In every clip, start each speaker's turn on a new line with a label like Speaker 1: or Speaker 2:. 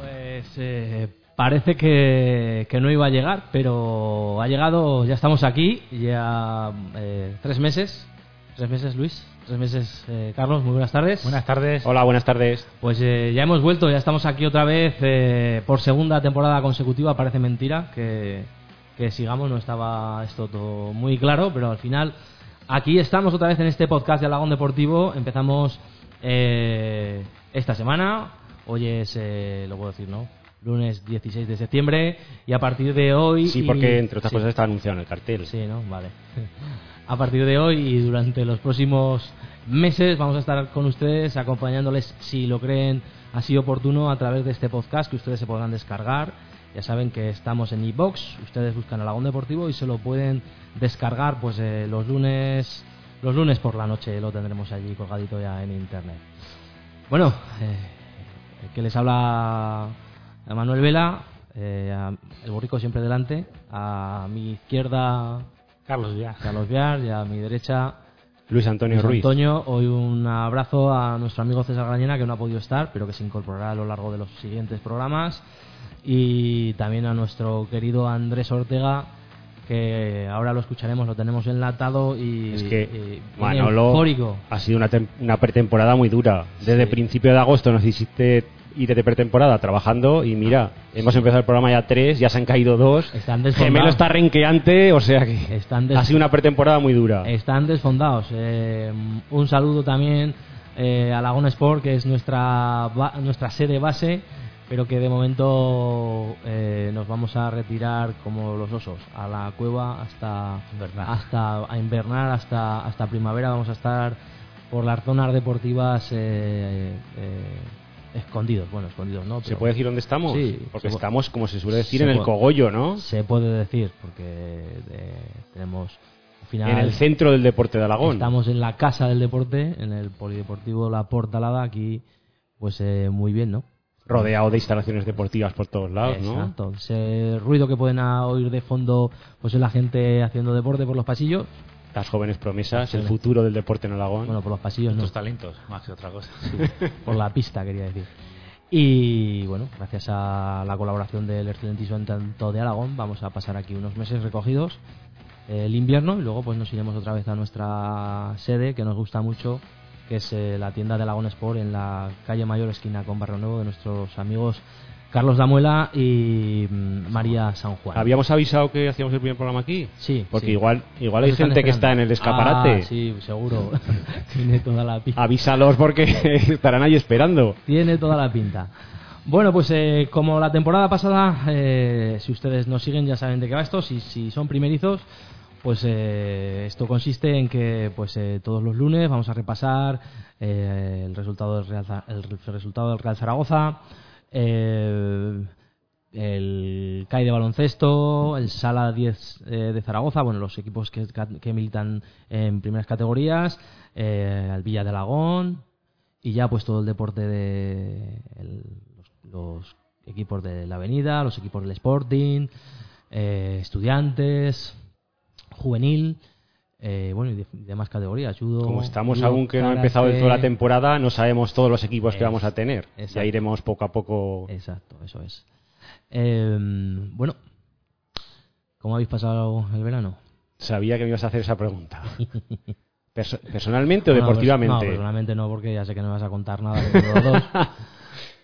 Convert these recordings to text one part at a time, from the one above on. Speaker 1: Pues, eh, Parece que, que no iba a llegar, pero ha llegado, ya estamos aquí, ya eh, tres meses. Tres meses, Luis. Tres meses, eh, Carlos. Muy buenas tardes.
Speaker 2: Buenas tardes.
Speaker 3: Hola, buenas tardes.
Speaker 1: Pues eh, ya hemos vuelto, ya estamos aquí otra vez eh, por segunda temporada consecutiva. Parece mentira que, que sigamos, no estaba esto todo muy claro, pero al final aquí estamos otra vez en este podcast de Alagón Deportivo. Empezamos eh, esta semana, hoy es, eh, lo puedo decir, ¿no? Lunes 16 de septiembre y a partir de hoy...
Speaker 3: Sí,
Speaker 1: y-
Speaker 3: porque entre otras
Speaker 1: Sí.
Speaker 3: cosas está anunciado en el cartel.
Speaker 1: Sí, ¿no? Vale. A partir de hoy y durante los próximos meses vamos a estar con ustedes acompañándoles, si lo creen así oportuno, a través de este podcast que ustedes se podrán descargar. Ya saben que estamos en iBox, ustedes buscan Alagón Deportivo y se lo pueden descargar pues eh, los lunes los lunes por la noche lo tendremos allí colgadito ya en internet. Bueno, eh, el que les habla a Manuel Vela, eh, a- el borrico siempre delante, a mi izquierda
Speaker 2: Carlos ya.
Speaker 1: Carlos Viar y a mi derecha
Speaker 3: Luis Antonio Ruiz.
Speaker 1: Antonio. Hoy un abrazo a nuestro amigo César Grañena que no ha podido estar, pero que se incorporará a lo largo de los siguientes programas. Y también a nuestro querido Andrés Ortega, que ahora lo escucharemos, lo tenemos enlatado y,
Speaker 3: Es
Speaker 1: y
Speaker 3: que
Speaker 1: viene
Speaker 3: Manolo
Speaker 1: eufórico.
Speaker 3: ha sido una, tem- una pretemporada muy dura. Desde
Speaker 1: Sí.
Speaker 3: principio de agosto nos hiciste ir de pretemporada trabajando y mira, hemos empezado el programa ya tres, ya se han caído dos.
Speaker 1: Están desbordados.
Speaker 3: Gemelo está renqueante, o sea que
Speaker 1: Están des-
Speaker 3: ha sido una pretemporada muy dura.
Speaker 1: Están desfondados. Eh, un saludo también eh, a Lagón Sport, que es nuestra, ba- nuestra sede base, pero que de momento eh, nos vamos a retirar como los osos, a la cueva hasta
Speaker 2: Invernar.
Speaker 1: hasta a invernar, hasta, hasta primavera. Vamos a estar por las zonas deportivas eh, eh, escondidos. Bueno, escondidos no.
Speaker 3: ¿Se
Speaker 1: pero-
Speaker 3: puede decir dónde estamos?
Speaker 1: Sí,
Speaker 3: Porque
Speaker 1: se pu-
Speaker 3: estamos, como se suele decir,
Speaker 1: se
Speaker 3: en el
Speaker 1: puede.
Speaker 3: cogollo, ¿no?
Speaker 1: Se puede decir, porque eh, tenemos al final.
Speaker 3: En el centro del deporte de Alagón.
Speaker 1: Estamos en la casa del deporte, en el polideportivo La Portalada, aquí, pues eh, muy bien, ¿no?
Speaker 3: Rodeado de instalaciones deportivas por todos lados, ¿no?
Speaker 1: Exacto. Ese ruido que pueden a- oír de fondo, pues es la gente haciendo deporte por los pasillos.
Speaker 3: Las jóvenes promesas, el
Speaker 1: Jóvenes.
Speaker 3: futuro del deporte en Alagón.
Speaker 1: Bueno, pues, por los pasillos no,
Speaker 2: Tus talentos, más que otra cosa.
Speaker 1: por la pista quería decir. Y bueno, gracias a la colaboración del excelentísimo tanto de Aragón, vamos a pasar aquí unos meses recogidos eh, el invierno y luego pues nos iremos otra vez a nuestra sede que nos gusta mucho, que es eh, la tienda de Aragón Sport en la calle Mayor esquina con Barrio Nuevo de nuestros amigos Carlos Damuela y mm, María San Juan.
Speaker 3: Habíamos avisado que hacíamos el primer programa aquí.
Speaker 1: Sí,
Speaker 3: Porque
Speaker 1: sí.
Speaker 3: igual, igual hay
Speaker 1: Nos están
Speaker 3: gente que está en
Speaker 1: esperando.
Speaker 3: el
Speaker 1: Ah,
Speaker 3: escaparate.
Speaker 1: sí, seguro. Tiene toda la pinta.
Speaker 3: Avísalos porque estarán ahí esperando.
Speaker 1: Tiene toda la pinta. Bueno, pues eh, como la temporada pasada, eh, si ustedes nos siguen ya saben de qué va esto. Si, si son primerizos, pues eh, esto consiste en que pues eh, todos los lunes vamos a repasar eh, el, resultado del Real, Za- el re- resultado del Real Zaragoza, eh, el CAI de baloncesto, el Sala 10 eh, de Zaragoza, bueno, los equipos que, que militan en primeras categorías, eh, el Villa de Alagón, y ya pues todo el deporte de el- los, los equipos de la Avenida, los equipos del Sporting, eh, estudiantes, juvenil, eh, bueno, y de- y demás categorías, judo.
Speaker 3: Como estamos
Speaker 1: judo,
Speaker 3: aún que no ha
Speaker 1: karate.
Speaker 3: empezado del toda la temporada, no sabemos todos los equipos que
Speaker 1: Es-
Speaker 3: vamos a tener.
Speaker 1: exacto.
Speaker 3: Ya iremos poco a poco.
Speaker 1: Exacto, eso es. Eh, bueno, ¿cómo habéis pasado el verano?
Speaker 3: Sabía que me ibas a hacer esa pregunta. Perso- ¿Personalmente o
Speaker 1: No,
Speaker 3: deportivamente?
Speaker 1: pers- pues, No, personalmente no, porque ya sé que no me vas a contar nada de los dos.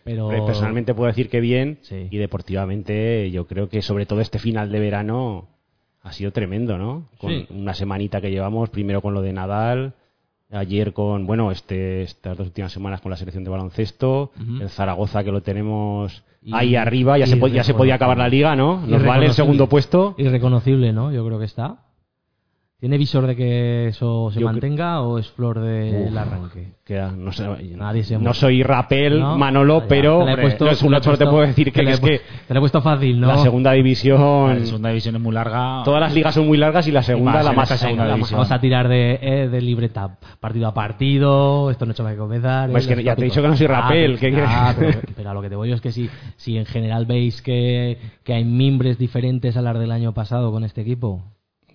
Speaker 1: Pero
Speaker 3: Hombre, Personalmente puedo decir que bien.
Speaker 1: Sí.
Speaker 3: Y deportivamente, yo creo que sobre todo este final de verano ha sido tremendo, ¿no? Con
Speaker 1: Sí.
Speaker 3: una semanita que llevamos, primero con lo de Nadal, ayer con, bueno, este, estas dos últimas semanas con la selección de baloncesto,
Speaker 1: Ujú.
Speaker 3: el Zaragoza que lo tenemos
Speaker 1: Y-
Speaker 3: ahí arriba, ya,
Speaker 1: y
Speaker 3: se, po- ya se podía acabar la liga, ¿no? Nos vale el
Speaker 1: irreconocible.
Speaker 3: segundo puesto.
Speaker 1: Irreconocible, ¿no? Yo creo que está. ¿Tiene visor de que eso se
Speaker 3: Yo cre-
Speaker 1: mantenga o es flor del
Speaker 3: Uf.
Speaker 1: arranque?
Speaker 3: Que ya no, sé-
Speaker 1: Nadie se
Speaker 3: no soy rapel,
Speaker 1: ¿No?
Speaker 3: Manolo,
Speaker 1: Ya,
Speaker 3: pero
Speaker 1: te la he
Speaker 3: hombre,
Speaker 1: puesto-
Speaker 3: lo
Speaker 1: te la
Speaker 3: segundo
Speaker 1: he
Speaker 3: solo te
Speaker 1: puesto-
Speaker 3: puedo decir
Speaker 1: te
Speaker 3: que
Speaker 1: la he
Speaker 3: es
Speaker 1: pu-
Speaker 3: que
Speaker 1: Te la he puesto fácil, ¿no?
Speaker 3: la segunda
Speaker 2: La
Speaker 3: división...
Speaker 2: segunda división es muy
Speaker 3: Ah.
Speaker 2: larga.
Speaker 3: Todas las ligas son muy largas y la segunda
Speaker 2: más
Speaker 3: la
Speaker 2: en
Speaker 3: más
Speaker 2: esta segunda
Speaker 3: la más-
Speaker 2: división.
Speaker 1: Vamos a tirar de, eh, de libreta, partido a partido, esto no he hecho más que comenzar.
Speaker 3: Pues
Speaker 1: eh,
Speaker 3: que
Speaker 1: los
Speaker 3: ya te he
Speaker 1: tópicos.
Speaker 3: dicho que no soy rapel,
Speaker 1: Ah,
Speaker 3: ¿qué quieres?
Speaker 1: ah, pero, pero a lo que te voy yo es que si, si en general veis que, que hay mimbres diferentes a las del año pasado con este equipo.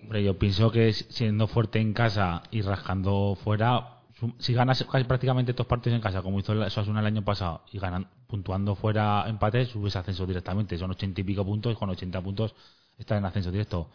Speaker 2: Hombre, yo pienso que s- siendo fuerte en casa y rascando fuera, su- si ganas casi prácticamente todos partidos en casa, como hizo el Osasuna el año pasado, y ganan, puntuando fuera empates, subes a ascenso directamente. Son ochenta y pico puntos, y con 80 puntos estás en ascenso directo.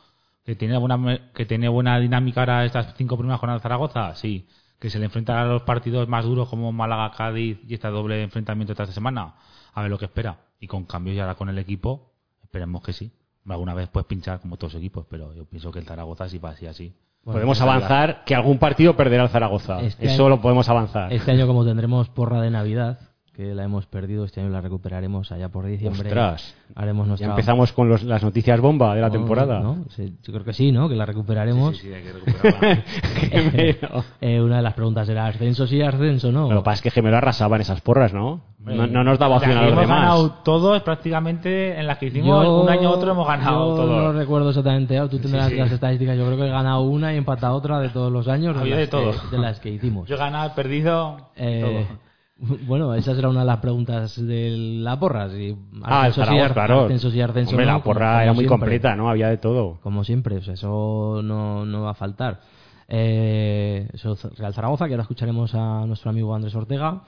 Speaker 2: ¿Que tiene, buena, me- ¿Que tiene buena dinámica ahora estas cinco primeras jornadas de Zaragoza? Sí. ¿Que se le enfrentan a los partidos más duros como Málaga, Cádiz y este doble enfrentamiento esta semana? A ver lo que espera. Y con cambios y ahora con el equipo, esperemos que sí. Alguna vez puedes pinchar como todos los equipos, pero yo pienso que el Zaragoza sí va así, así.
Speaker 1: Bueno,
Speaker 3: podemos
Speaker 1: pues,
Speaker 3: avanzar que algún partido perderá el Zaragoza.
Speaker 1: Este
Speaker 3: Eso
Speaker 1: año-
Speaker 3: lo podemos avanzar.
Speaker 1: Este año, como tendremos porra de Navidad, que la hemos perdido, este año la recuperaremos allá por diciembre.
Speaker 3: Ostras.
Speaker 1: Haremos
Speaker 3: Ya
Speaker 1: nuestra.
Speaker 3: empezamos con los- las noticias bomba de la
Speaker 1: ¿no?
Speaker 3: temporada.
Speaker 1: Oh, ¿No? Sí, yo creo que sí, ¿no? Que la recuperaremos.
Speaker 2: hay que recuperarla.
Speaker 3: Gemelo.
Speaker 1: Eh, una de las preguntas era: ¿ascenso sí, ascenso no?
Speaker 3: Lo que pasa es que Gemelo arrasaba en esas porras, ¿no? No, no nos daba
Speaker 2: O sea,
Speaker 3: opción a
Speaker 2: que
Speaker 3: los
Speaker 2: hemos ganado
Speaker 3: demás.
Speaker 2: todos prácticamente en las que hicimos un año u otro hemos ganado
Speaker 1: yo
Speaker 2: todos.
Speaker 1: No recuerdo exactamente, ahora tú tendrás
Speaker 2: sí.
Speaker 1: las estadísticas. Yo creo que he ganado una y empatado otra de todos los años.
Speaker 2: Había
Speaker 1: las
Speaker 2: de todo.
Speaker 1: Que, de las que hicimos.
Speaker 2: Yo he ganado, he perdido
Speaker 1: Eh,
Speaker 2: todo.
Speaker 1: bueno, esa será una de las preguntas de la porra. Si
Speaker 3: Ah, el
Speaker 1: ascenso sí,
Speaker 3: Zaragoza,
Speaker 1: ar-
Speaker 3: claro.
Speaker 1: ascenso sí, ascenso
Speaker 3: Hombre,
Speaker 1: no,
Speaker 3: la
Speaker 1: como-
Speaker 3: porra
Speaker 1: como
Speaker 3: era muy
Speaker 1: siempre.
Speaker 3: completa, ¿no? Había de todo.
Speaker 1: Como siempre, o sea, eso no, no va a faltar. Eh, eso es Real Zaragoza, que ahora escucharemos a nuestro amigo Andrés Ortega.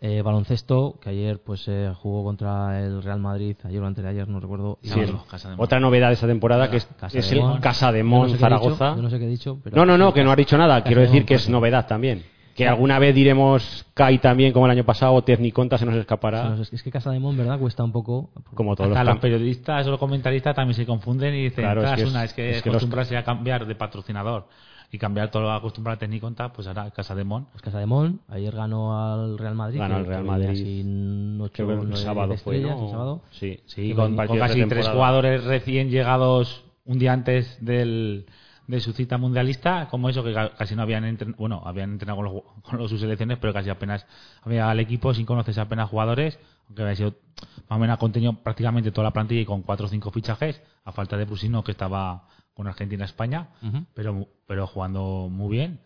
Speaker 1: Eh, baloncesto, que ayer pues eh, jugó contra el Real Madrid, ayer o antes de ayer, no recuerdo.
Speaker 3: Sí,
Speaker 1: Y-
Speaker 2: Sábado,
Speaker 3: el-
Speaker 2: Casa de Mon.
Speaker 3: Otra novedad de esta temporada que es, es el
Speaker 1: Mon.
Speaker 3: Casa de
Speaker 1: Yo no
Speaker 3: Mon
Speaker 1: sé qué he
Speaker 3: Zaragoza.
Speaker 1: dicho, yo no sé qué he dicho. pero-
Speaker 3: No, no, no, que no ha dicho nada. Quiero
Speaker 1: de
Speaker 3: decir
Speaker 1: Mon,
Speaker 3: que es
Speaker 1: Casa de
Speaker 3: novedad también. Que alguna vez diremos Kai también, como el año pasado, o Tecniconta se nos
Speaker 1: No,
Speaker 3: escapará.
Speaker 1: Es que- es que Casa de Mon, ¿verdad? Cuesta un poco.
Speaker 3: Como todos los
Speaker 2: Hasta los
Speaker 3: campeones.
Speaker 2: periodistas o los comentaristas también se confunden y dicen,
Speaker 3: Claro, es
Speaker 2: "Ostras,
Speaker 3: que es-
Speaker 2: una, es que,
Speaker 3: es que los-
Speaker 2: acostumbrarse a cambiar de patrocinador y cambiar todo lo acostumbrado a Tecniconta, pues ahora Casa de Mon.
Speaker 1: Pues Casa de Mon, ayer ganó al Real Madrid.
Speaker 3: Ganó
Speaker 1: que-
Speaker 3: al Real
Speaker 1: que venía
Speaker 3: Madrid.
Speaker 1: Sin ocho,
Speaker 3: Creo que
Speaker 1: nueve,
Speaker 3: el
Speaker 1: diez
Speaker 3: sábado fue,
Speaker 1: estrellas,
Speaker 3: ¿no?
Speaker 1: el sábado.
Speaker 3: Sí,
Speaker 2: Sí,
Speaker 3: Que
Speaker 2: con,
Speaker 3: partidos
Speaker 2: con
Speaker 3: de
Speaker 2: casi tres
Speaker 3: temporada.
Speaker 2: jugadores recién llegados un día antes del, de su cita mundialista, como eso que ca- casi no habían entrenado, bueno, habían entrenado con, los ju- con los- sus selecciones, pero casi apenas había al equipo sin conocerse apenas jugadores, aunque había sido más o menos ha contenido prácticamente toda la plantilla y con cuatro o cinco fichajes, a falta de Brusino que estaba con Argentina y España, pero, mu- pero jugando muy bien.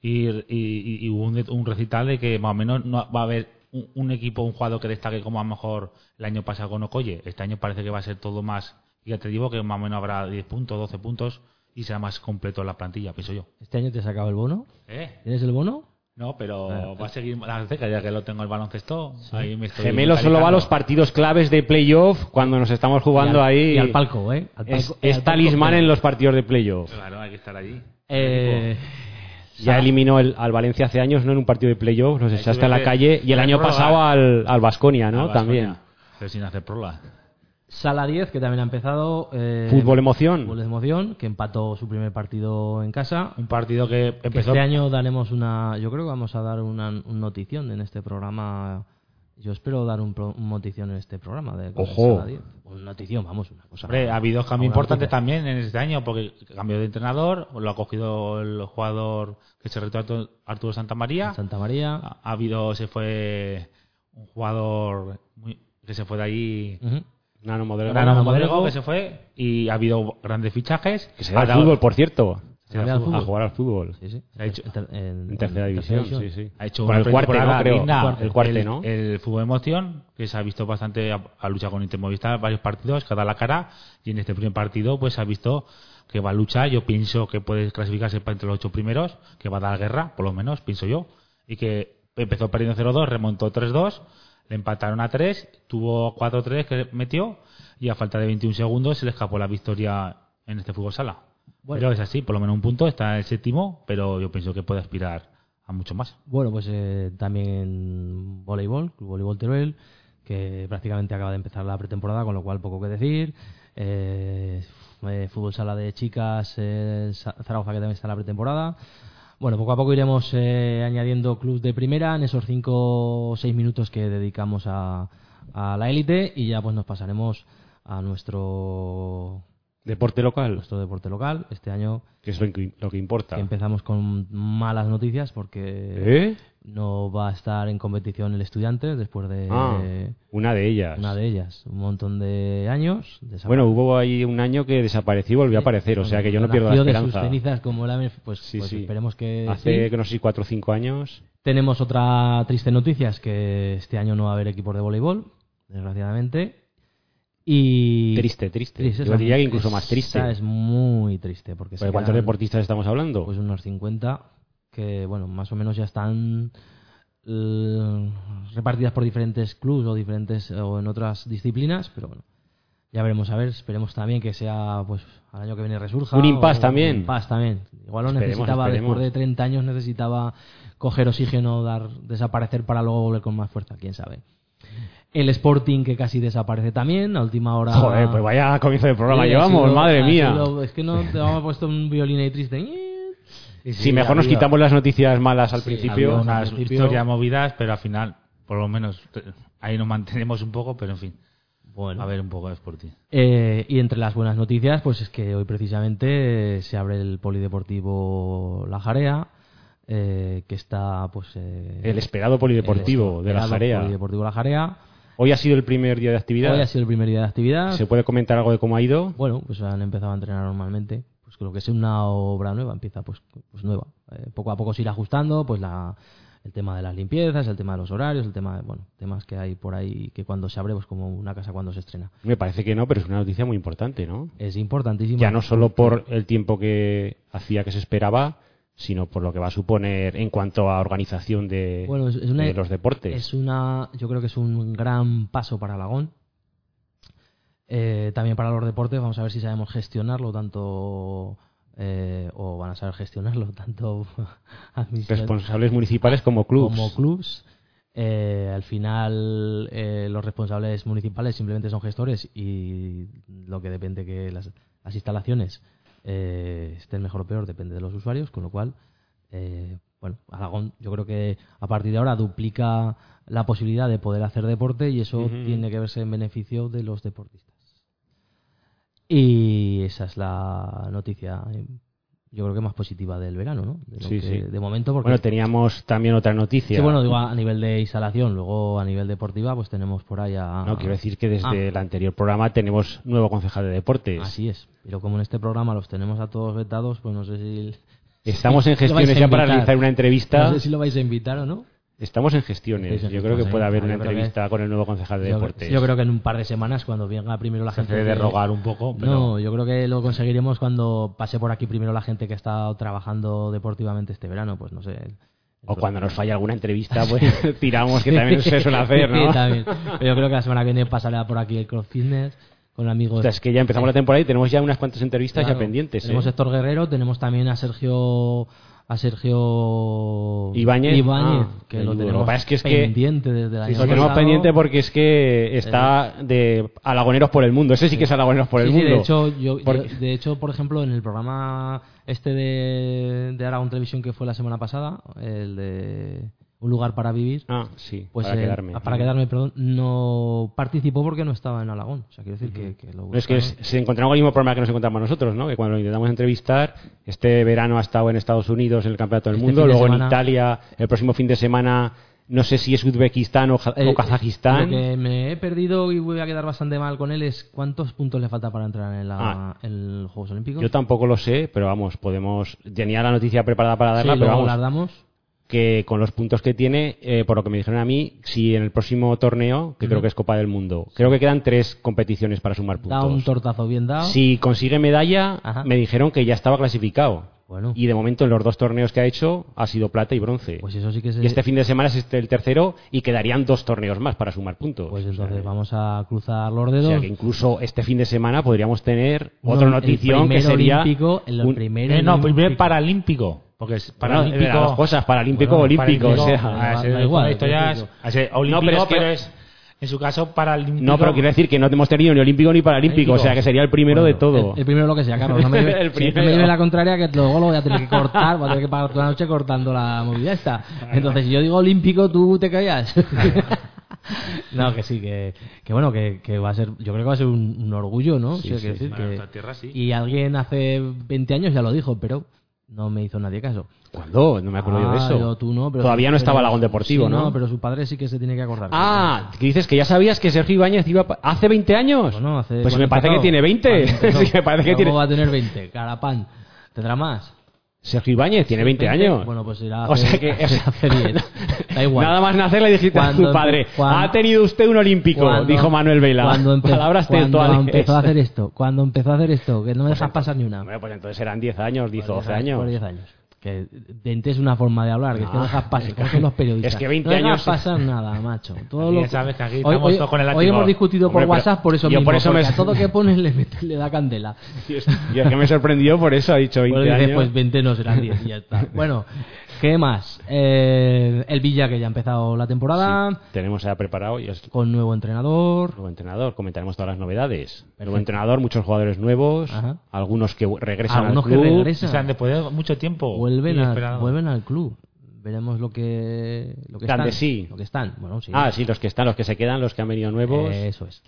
Speaker 2: Y, y- y- y hubo un, un recital de que más o menos no va a haber un, un equipo, un jugador que destaque como a lo mejor el año pasado con Ocoye. Este año parece que va a ser todo más, ya te digo que más o menos habrá 10 puntos, 12 puntos y será más completo la plantilla, pienso yo.
Speaker 1: Este año te sacaba el bono.
Speaker 2: ¿Eh?
Speaker 1: ¿Tienes el bono?
Speaker 2: No, pero
Speaker 3: Ah,
Speaker 2: va a seguir más cerca ya que lo tengo el baloncesto. Ahí me estoy
Speaker 3: Gemelo solo va a los
Speaker 2: mentalizando.
Speaker 3: partidos claves de playoff cuando nos estamos jugando
Speaker 1: Y al-
Speaker 3: ahí.
Speaker 1: Y al palco, ¿eh? Al
Speaker 3: Es,
Speaker 1: palco-
Speaker 3: es
Speaker 1: al palco
Speaker 3: talismán
Speaker 1: que-
Speaker 3: en los partidos de playoff.
Speaker 2: Claro, hay que estar allí.
Speaker 1: Eh,
Speaker 3: Ya eliminó el- al Valencia hace años, ¿no? En un partido de playoff, los echaste a la
Speaker 2: que-
Speaker 3: calle. Y el
Speaker 2: hay
Speaker 3: año
Speaker 2: que probar.
Speaker 3: pasado al, al Basconia, ¿no?
Speaker 2: Al Baskonia,
Speaker 3: También.
Speaker 2: Pero sin hacer prola.
Speaker 1: Sala 10, que también ha empezado. eh,
Speaker 3: Fútbol
Speaker 1: Fútbol
Speaker 3: emoción.
Speaker 1: de emoción, que empató su primer partido en casa.
Speaker 2: Un partido que
Speaker 1: Que
Speaker 2: empezó
Speaker 1: Este año daremos una. Yo creo que vamos a dar una un notición en este programa. Yo espero dar un, pro- un notición en este programa. De cosas
Speaker 3: Ojo.
Speaker 1: de la 10. Un notición, vamos, una cosa.
Speaker 2: Hombre, ha habido cambios
Speaker 1: Alguna
Speaker 2: importantes
Speaker 1: noticia.
Speaker 2: también en este año, porque cambió de entrenador, lo ha cogido el jugador que se retiró Artu- Arturo
Speaker 3: Ah.
Speaker 2: Santamaría.
Speaker 1: Santa María.
Speaker 2: Ha ha habido, se fue un jugador muy- que se fue de ahí,
Speaker 1: Ujú.
Speaker 3: Nano Modelo.
Speaker 2: Nano
Speaker 1: Nano
Speaker 2: Modrego,
Speaker 1: Modrego,
Speaker 2: que se fue, y ha habido grandes fichajes.
Speaker 3: Que se va
Speaker 2: Ha
Speaker 3: al
Speaker 2: dado-
Speaker 3: fútbol, por cierto.
Speaker 1: Se va al fútbol.
Speaker 3: A jugar al fútbol. Ah,
Speaker 1: Sí, sí.
Speaker 2: Ha hecho-
Speaker 1: En ter-
Speaker 3: En tercera división, sí, sí.
Speaker 2: Ha hecho
Speaker 3: Con
Speaker 2: una
Speaker 3: el cuarte,
Speaker 2: pretemporada
Speaker 3: ¿no? Creo.
Speaker 2: digna.
Speaker 3: Cuarte. El cuarte,
Speaker 2: el,
Speaker 3: ¿no?
Speaker 2: el fútbol emoción, que se ha visto bastante, ha, ha luchado con Intermovista varios partidos, cada la cara, y en este primer partido pues ha visto que va a luchar, yo pienso que puede clasificarse para entre los ocho primeros, que va a dar guerra, por lo menos, pienso yo, y que empezó perdiendo 0-2, remontó 3-2, le empataron a 3, tuvo 4-3 que metió, y a falta de 21 segundos se le escapó la victoria en este fútbol sala.
Speaker 1: Bueno.
Speaker 2: Pero es así, por lo menos un punto, está en el séptimo, pero yo pienso que puede aspirar a mucho más.
Speaker 1: Bueno, pues eh, también voleibol, Club Voleibol Teruel, que prácticamente acaba de empezar la pretemporada, con lo cual poco que decir. Eh, eh, fútbol sala de chicas, eh, Sa- Zaragoza que también está en la pretemporada. Bueno, poco a poco iremos eh, añadiendo club de primera en esos 5 o 6 minutos que dedicamos a, a la élite y ya pues nos pasaremos a nuestro,
Speaker 3: Deporte local,
Speaker 1: nuestro deporte local. Este año
Speaker 3: que es lo que, lo que importa.
Speaker 1: que empezamos con malas noticias porque
Speaker 3: ¿Eh?
Speaker 1: no va a estar en competición el estudiante después de
Speaker 3: Ah,
Speaker 1: de
Speaker 3: una de ellas.
Speaker 1: Eh, una de ellas, un montón de años. desapa-
Speaker 3: Bueno, hubo ahí un año que desapareció y volvió a aparecer, o sea que yo no pierdo la
Speaker 1: Nació de sus
Speaker 3: esperanza.
Speaker 1: cenizas como el ave, pues,
Speaker 3: Sí,
Speaker 1: pues
Speaker 3: sí.
Speaker 1: esperemos que
Speaker 3: Hace,
Speaker 1: sí.
Speaker 3: no sé si cuatro o cinco años.
Speaker 1: Tenemos otra triste noticia, es que este año no va a haber equipos de voleibol, desgraciadamente. Y
Speaker 3: Triste, triste.
Speaker 1: Triste,
Speaker 3: Yo
Speaker 1: esa-
Speaker 3: diría que incluso más
Speaker 1: esa
Speaker 3: triste.
Speaker 1: Es muy triste porque se
Speaker 3: Porque ¿Cuántos
Speaker 1: quedan,
Speaker 3: deportistas estamos hablando?
Speaker 1: Pues unos 50 Pues que bueno, más o menos ya están eh, repartidas por diferentes clubs o diferentes eh, o en otras disciplinas, pero bueno, ya veremos a ver, esperemos también que sea pues al año que viene resurja.
Speaker 3: Un impas
Speaker 1: o-
Speaker 3: también.
Speaker 1: Un impas también. Igual lo
Speaker 3: Esperemos,
Speaker 1: necesitaba
Speaker 3: esperemos.
Speaker 1: después de 30 años necesitaba coger oxígeno, dar desaparecer para luego volver con más fuerza, quién sabe. El Sporting que casi desaparece también, a última hora.
Speaker 3: Joder, pues vaya comienzo del programa
Speaker 1: Sí, ha
Speaker 3: llevamos,
Speaker 1: sido-
Speaker 3: madre
Speaker 1: ha
Speaker 3: mía.
Speaker 1: sido- es que no te vamos a puesto un violín ahí triste.
Speaker 2: Sí,
Speaker 3: si mejor nos quitamos las noticias malas al
Speaker 2: Había
Speaker 3: principio.
Speaker 1: había
Speaker 2: unas
Speaker 1: al principio-
Speaker 2: historias movidas, pero al final, por lo menos, te- ahí nos mantenemos un poco, pero en fin.
Speaker 1: Bueno,
Speaker 2: A ver un poco de Sporting.
Speaker 1: Eh, y entre las buenas noticias, pues es que hoy precisamente eh, se abre el polideportivo La Jarea, eh, que está, pues. eh,
Speaker 3: El esperado polideportivo
Speaker 1: el
Speaker 3: de la
Speaker 1: esperado
Speaker 3: Jarea.
Speaker 1: Polideportivo La Jarea.
Speaker 3: Hoy ha sido el primer día de actividad.
Speaker 1: Hoy ha sido el primer día de actividad.
Speaker 3: ¿Se puede comentar algo de cómo ha ido?
Speaker 1: Bueno, pues han empezado a entrenar normalmente. Pues creo que es una obra nueva, empieza pues, pues nueva. Eh, poco a poco se irá ajustando, pues la, el tema de las limpiezas, el tema de los horarios, el tema de, bueno, temas que hay por ahí que cuando se abre, pues como una casa cuando se estrena.
Speaker 3: Me parece que no, pero es una noticia muy importante, ¿no?
Speaker 1: Es importantísimo.
Speaker 3: Ya no solo por el tiempo que hacía que se esperaba, sino por lo que va a suponer en cuanto a organización de,
Speaker 1: Bueno, es- es una-
Speaker 3: de los deportes.
Speaker 1: Es una, yo creo que es un gran paso para Aragón. Eh, también para los deportes, vamos a ver si sabemos gestionarlo tanto eh, o van a saber gestionarlo tanto
Speaker 3: Pues
Speaker 1: administra-
Speaker 3: Responsables municipales como clubs.
Speaker 1: como clubs. Eh, al final, eh, los responsables municipales simplemente son gestores y lo que depende que las, las instalaciones eh, estén mejor o peor depende de los usuarios, con lo cual, eh, bueno, Aragón yo creo que a partir de ahora duplica la posibilidad de poder hacer deporte y eso
Speaker 3: Ujú.
Speaker 1: tiene que verse en beneficio de los deportistas. Y esa es la noticia, eh, yo creo que más positiva del verano, ¿no? De, lo que-
Speaker 3: Sí, sí.
Speaker 1: de momento, porque
Speaker 3: Bueno, teníamos también otra noticia.
Speaker 1: Sí, bueno, digo a nivel de instalación, luego a nivel deportiva, pues tenemos por ahí a.
Speaker 3: No, quiero decir que desde
Speaker 1: Ah.
Speaker 3: el anterior programa tenemos nuevo concejal de deportes.
Speaker 1: Así es. Pero como en este programa los tenemos a todos vetados, pues no sé si.
Speaker 3: Estamos en
Speaker 1: si lo vais a
Speaker 3: gestiones ya para
Speaker 1: invitar.
Speaker 3: realizar una entrevista.
Speaker 1: No sé si lo vais a invitar o no.
Speaker 3: Estamos en gestiones.
Speaker 1: Sí, sí,
Speaker 3: Yo creo que
Speaker 1: sí,
Speaker 3: puede haber
Speaker 1: yo
Speaker 3: una
Speaker 1: creo que-
Speaker 3: entrevista con el nuevo concejal de
Speaker 1: Yo-
Speaker 3: deportes.
Speaker 1: Yo, creo que en un par de semanas, cuando venga primero la
Speaker 2: Se
Speaker 1: gente.
Speaker 2: hace de
Speaker 1: que-
Speaker 2: rogar un poco, pero
Speaker 1: No, yo creo que lo conseguiremos cuando pase por aquí primero la gente que ha estado trabajando deportivamente este verano, pues no sé.
Speaker 3: O cuando nos falla alguna entrevista, pues tiramos, que también se suele hacer,
Speaker 1: Sí,
Speaker 3: ¿no?
Speaker 1: también. Pero yo creo que la semana que viene pasará por aquí el Cross Fitness con amigos.
Speaker 3: O sea, es que ya empezamos la temporada y tenemos ya unas cuantas entrevistas
Speaker 1: Claro.
Speaker 3: ya pendientes.
Speaker 1: Tenemos a
Speaker 3: ¿eh?
Speaker 1: Héctor Guerrero, tenemos también a Sergio a Sergio
Speaker 3: Ibáñez.
Speaker 1: Ibáñez,
Speaker 3: Ah,
Speaker 1: que
Speaker 3: el
Speaker 1: lo
Speaker 3: duro.
Speaker 1: tenemos
Speaker 3: Lo que pasa es que es que-
Speaker 1: pendiente desde el año
Speaker 3: Lo tenemos
Speaker 1: pasado.
Speaker 3: pendiente porque es que está de Alagoneros por el Mundo. Ese sí que es Alagoneros por el
Speaker 1: Sí, sí,
Speaker 3: Mundo.
Speaker 1: de hecho, yo- yo-
Speaker 3: Porque-
Speaker 1: de hecho, por ejemplo, en el programa este de, de Aragón Televisión que fue la semana pasada, el de Un lugar para vivir,
Speaker 3: Ah, sí,
Speaker 1: pues
Speaker 3: para
Speaker 1: eh,
Speaker 3: quedarme.
Speaker 1: para quedarme, perdón, no participó porque no estaba en Alagón. O sea, quiero decir que, que lo
Speaker 3: No, es que
Speaker 1: buscaron.
Speaker 3: es- se encontraba con el mismo problema que nos encontramos nosotros, ¿no? Que cuando lo intentamos entrevistar, este verano ha estado en Estados Unidos en el Campeonato del
Speaker 1: Este
Speaker 3: Mundo,
Speaker 1: fin de
Speaker 3: luego en
Speaker 1: semana-
Speaker 3: Italia, el próximo fin de semana, no sé si es Uzbekistán o, Ja-
Speaker 1: Eh,
Speaker 3: o Kazajistán.
Speaker 1: Lo que me he perdido y voy a quedar bastante mal con él es cuántos puntos le falta para entrar en, la,
Speaker 3: Ah.
Speaker 1: en los Juegos Olímpicos.
Speaker 3: Yo tampoco lo sé, pero vamos, podemos. Tenía la noticia preparada para
Speaker 1: Sí,
Speaker 3: darla, pero
Speaker 1: luego
Speaker 3: vamos,
Speaker 1: las damos.
Speaker 3: que con los puntos que tiene, eh, por lo que me dijeron a mí, si en el próximo torneo, que creo
Speaker 1: Ujú.
Speaker 3: que es Copa del Mundo, creo que quedan tres competiciones para sumar puntos.
Speaker 1: Da un tortazo bien dado.
Speaker 3: si consigue medalla,
Speaker 1: Ajá.
Speaker 3: me dijeron que ya estaba clasificado.
Speaker 1: Bueno.
Speaker 3: Y de momento en los dos torneos que ha hecho ha sido plata y bronce.
Speaker 1: Pues eso sí que es
Speaker 3: y este fin de semana es este el tercero y quedarían dos torneos más para sumar puntos.
Speaker 1: Pues
Speaker 3: O sea,
Speaker 1: entonces vamos a cruzar los
Speaker 3: o
Speaker 1: dedos.
Speaker 3: sea que incluso este fin de semana podríamos tener
Speaker 1: No,
Speaker 3: otra
Speaker 1: el
Speaker 3: notición que
Speaker 1: primer
Speaker 3: sería
Speaker 1: olímpico, el
Speaker 3: un-
Speaker 1: primer
Speaker 2: Eh, no,
Speaker 1: olímpico.
Speaker 2: primer paralímpico. Porque es
Speaker 3: Bueno, de
Speaker 2: paralímpico.
Speaker 3: las dos cosas, paralímpico
Speaker 2: Bueno,
Speaker 3: olímpico. o sea.
Speaker 2: Ah, ese
Speaker 1: Da- da
Speaker 2: es
Speaker 1: igual,
Speaker 2: esto ya es-
Speaker 1: olímpico.
Speaker 2: ah, ese olímpico,
Speaker 3: No, pero es que-
Speaker 2: pero es, en su caso, paralímpico.
Speaker 3: No, pero quiero decir que no hemos tenido ni olímpico ni paralímpico, o sea que sería el primero de todo.
Speaker 1: El, el primero lo que sea, Carlos. No me lleve,
Speaker 3: El
Speaker 1: si no me
Speaker 3: primero.
Speaker 1: lleve la contraria, que luego lo voy a tener que cortar. Voy a tener que pagar toda la noche cortando la movida esta. Entonces, si yo digo olímpico, tú te callas. no, que sí, que, que bueno, que, que va a ser. Yo creo que va a ser un, un orgullo, ¿no? O sea, quiero decir
Speaker 2: Bueno,
Speaker 1: que-
Speaker 2: nuestra tierra sí.
Speaker 1: Y alguien hace 20 años ya lo dijo, pero no me hizo nadie caso.
Speaker 3: ¿Cuándo? No me acuerdo yo de
Speaker 1: Ah,
Speaker 3: eso.
Speaker 1: yo, tú no, pero-
Speaker 3: Todavía no estaba
Speaker 1: pero-
Speaker 3: Lagón Deportivo,
Speaker 1: sí,
Speaker 3: ¿no?
Speaker 1: No, pero su padre sí que se tiene que acordar.
Speaker 3: Ah, que dices que ya sabías que Sergio Ibáñez iba pa- hace 20 años.
Speaker 1: Bueno, hace-
Speaker 3: pues
Speaker 1: ¿cuándo
Speaker 3: me parece
Speaker 1: empezó?
Speaker 3: que tiene 20.
Speaker 1: ¿Cuándo empezó?
Speaker 3: Sí, me parece
Speaker 1: ¿Cómo
Speaker 3: que tiene...
Speaker 1: va a tener 20? Carapán. ¿Tendrá más?
Speaker 3: Sergio Ibáñez tiene 20, años.
Speaker 1: Bueno, pues irá a
Speaker 3: o sea
Speaker 1: hacer-
Speaker 3: que
Speaker 1: hace 10. Da igual.
Speaker 3: Nada más nacer le dijiste a
Speaker 1: Cuando
Speaker 3: tu padre,
Speaker 1: empe- cuando-
Speaker 3: ha tenido usted un olímpico,
Speaker 1: Cuando-
Speaker 3: dijo Manuel Vela.
Speaker 1: Cuando, empe-
Speaker 3: Palabras
Speaker 1: cuando
Speaker 3: textuales.
Speaker 1: empezó a hacer esto, cuando empezó a hacer esto, que no me dejas pasar ni una.
Speaker 3: Bueno, pues entonces eran 10 años, 10 o
Speaker 1: Por
Speaker 3: 12
Speaker 1: diez-
Speaker 3: años.
Speaker 1: Por 10 años. Que dentes una forma de hablar, que es que no dejas pasar, como son los periodistas.
Speaker 3: es que 20
Speaker 1: no dejas
Speaker 3: años-
Speaker 1: pasar nada, macho. Todo
Speaker 2: Aquí
Speaker 1: lo
Speaker 2: ya sabes que aquí
Speaker 1: hoy,
Speaker 2: estamos
Speaker 1: hoy-
Speaker 2: todos con el
Speaker 1: hoy
Speaker 2: látigo.
Speaker 1: hemos discutido
Speaker 3: Hombre,
Speaker 1: por
Speaker 3: pero-
Speaker 1: WhatsApp por eso
Speaker 3: yo
Speaker 1: mismo.
Speaker 3: por eso me-
Speaker 1: porque a todo que pones le, mete- le da candela.
Speaker 3: Y es, y es que me sorprendió por eso, ha dicho 20
Speaker 1: Pues dices,
Speaker 3: años.
Speaker 1: pues 20 no serán 10 y ya está. Bueno, ¿qué más? Eh, el Villa que ya ha empezado la temporada,
Speaker 3: Tenemos ya preparado y es
Speaker 1: con nuevo entrenador.
Speaker 3: nuevo entrenador. Comentaremos todas las novedades.
Speaker 1: Perfecto.
Speaker 3: Nuevo entrenador, muchos jugadores nuevos,
Speaker 1: Ajá.
Speaker 3: algunos que regresan
Speaker 1: Algunos
Speaker 3: al
Speaker 1: que
Speaker 3: club.
Speaker 1: regresan.
Speaker 2: O sea, después de mucho
Speaker 3: Oh,
Speaker 2: tiempo.
Speaker 1: Vuelven,
Speaker 2: y
Speaker 1: al,
Speaker 2: esperado.
Speaker 1: vuelven al club. Veremos lo que, lo que
Speaker 3: Dan
Speaker 1: están.
Speaker 3: de sí.
Speaker 1: Lo que están. Bueno, sí. Eh,
Speaker 3: Ah, sí, los que están, los que se quedan, los que han venido nuevos.
Speaker 1: Eso es.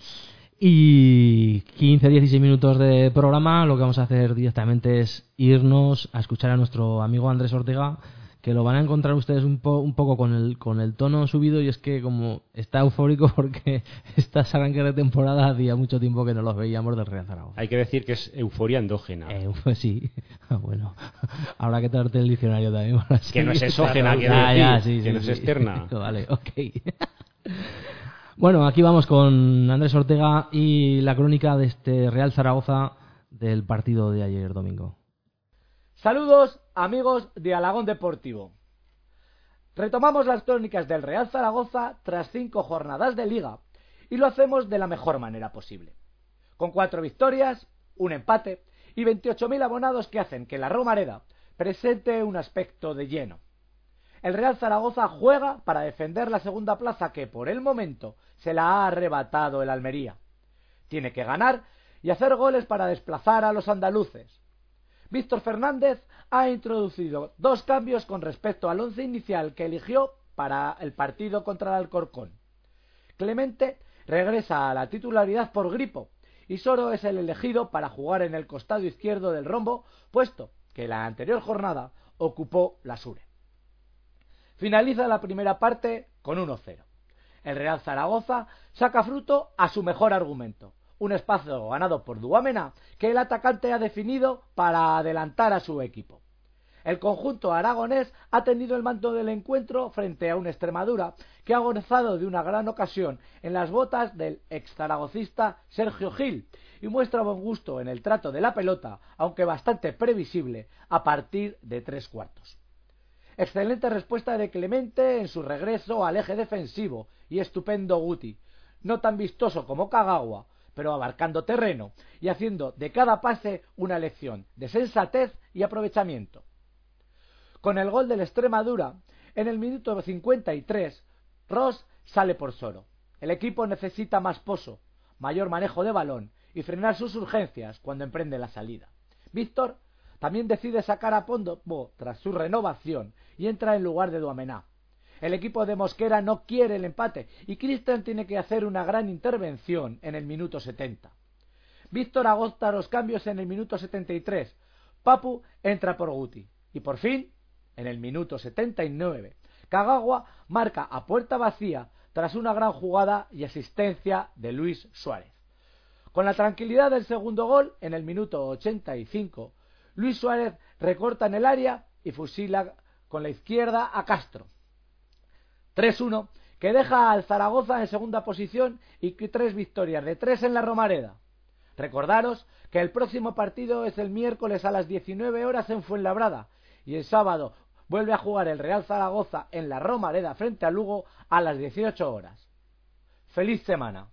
Speaker 1: Y 15, 16 minutos de programa, lo que vamos a hacer directamente es irnos a escuchar a nuestro amigo Andrés Ortega, que lo van a encontrar ustedes un, po- un poco con el, con el tono subido y es que como está eufórico porque estas arranques de temporada hacía mucho tiempo que no los veíamos del Real Zaragoza.
Speaker 3: Hay que decir que es euforia endógena.
Speaker 1: Eh, pues sí, bueno, habrá que traerte el diccionario también. para
Speaker 3: Que no es
Speaker 1: seguir.
Speaker 3: exógena, quiero
Speaker 1: Ya, ya,
Speaker 3: decir,
Speaker 1: sí,
Speaker 3: que
Speaker 1: sí,
Speaker 3: no es
Speaker 1: sí.
Speaker 3: externa.
Speaker 1: vale, ok. bueno, aquí vamos con Andrés Ortega y la crónica de este Real Zaragoza del partido de ayer domingo.
Speaker 4: Saludos amigos de Alagón Deportivo. Retomamos las crónicas del Real Zaragoza tras cinco jornadas de liga y lo hacemos de la mejor manera posible. Con cuatro victorias, un empate y 28.000 abonados que hacen que la Romareda presente un aspecto de lleno. El Real Zaragoza juega para defender la segunda plaza que por el momento se la ha arrebatado el Almería. Tiene que ganar y hacer goles para desplazar a los andaluces. Víctor Fernández ha introducido dos cambios con respecto al once inicial que eligió para el partido contra el Alcorcón. Clemente regresa a la titularidad por gripo y Soro es el elegido para jugar en el costado izquierdo del rombo, puesto que la anterior jornada ocupó la Sure. Finaliza la primera parte con 1-0. El Real Zaragoza saca fruto a su mejor argumento. Un espacio ganado por Duamena que el atacante ha definido para adelantar a su equipo. El conjunto aragonés ha tenido el mando del encuentro frente a un Extremadura que ha gozado de una gran ocasión en las botas del ex zaragocista Sergio Gil y muestra buen gusto en el trato de la pelota, aunque bastante previsible, a partir de tres cuartos. Excelente respuesta de Clemente en su regreso al eje defensivo y estupendo Guti. No tan vistoso como Kagawa, pero abarcando terreno y haciendo de cada pase una lección de sensatez y aprovechamiento. Con el gol del Extremadura, en el minuto 53, Ross sale por Soro. El equipo necesita más pozo, mayor manejo de balón y frenar sus urgencias cuando emprende la salida. Víctor también decide sacar a Pondo tras su renovación y entra en lugar de Duamená. El equipo de Mosquera no quiere el empate y Cristian tiene que hacer una gran intervención en el minuto 70. Víctor agota los cambios en el minuto 73. Papu entra por Guti. Y por fin, en el minuto 79, Kagawa marca a puerta vacía tras una gran jugada y asistencia de Luis Suárez. Con la tranquilidad del segundo gol, en el minuto 85, Luis Suárez recorta en el área y fusila con la izquierda a Castro. 3-1, que deja al Zaragoza en segunda posición y que tres victorias de tres en la Romareda. Recordaros que el próximo partido es el miércoles a las 19 horas en Fuenlabrada y el sábado vuelve a jugar el Real Zaragoza en la Romareda frente a Lugo a las 18 horas. ¡Feliz semana!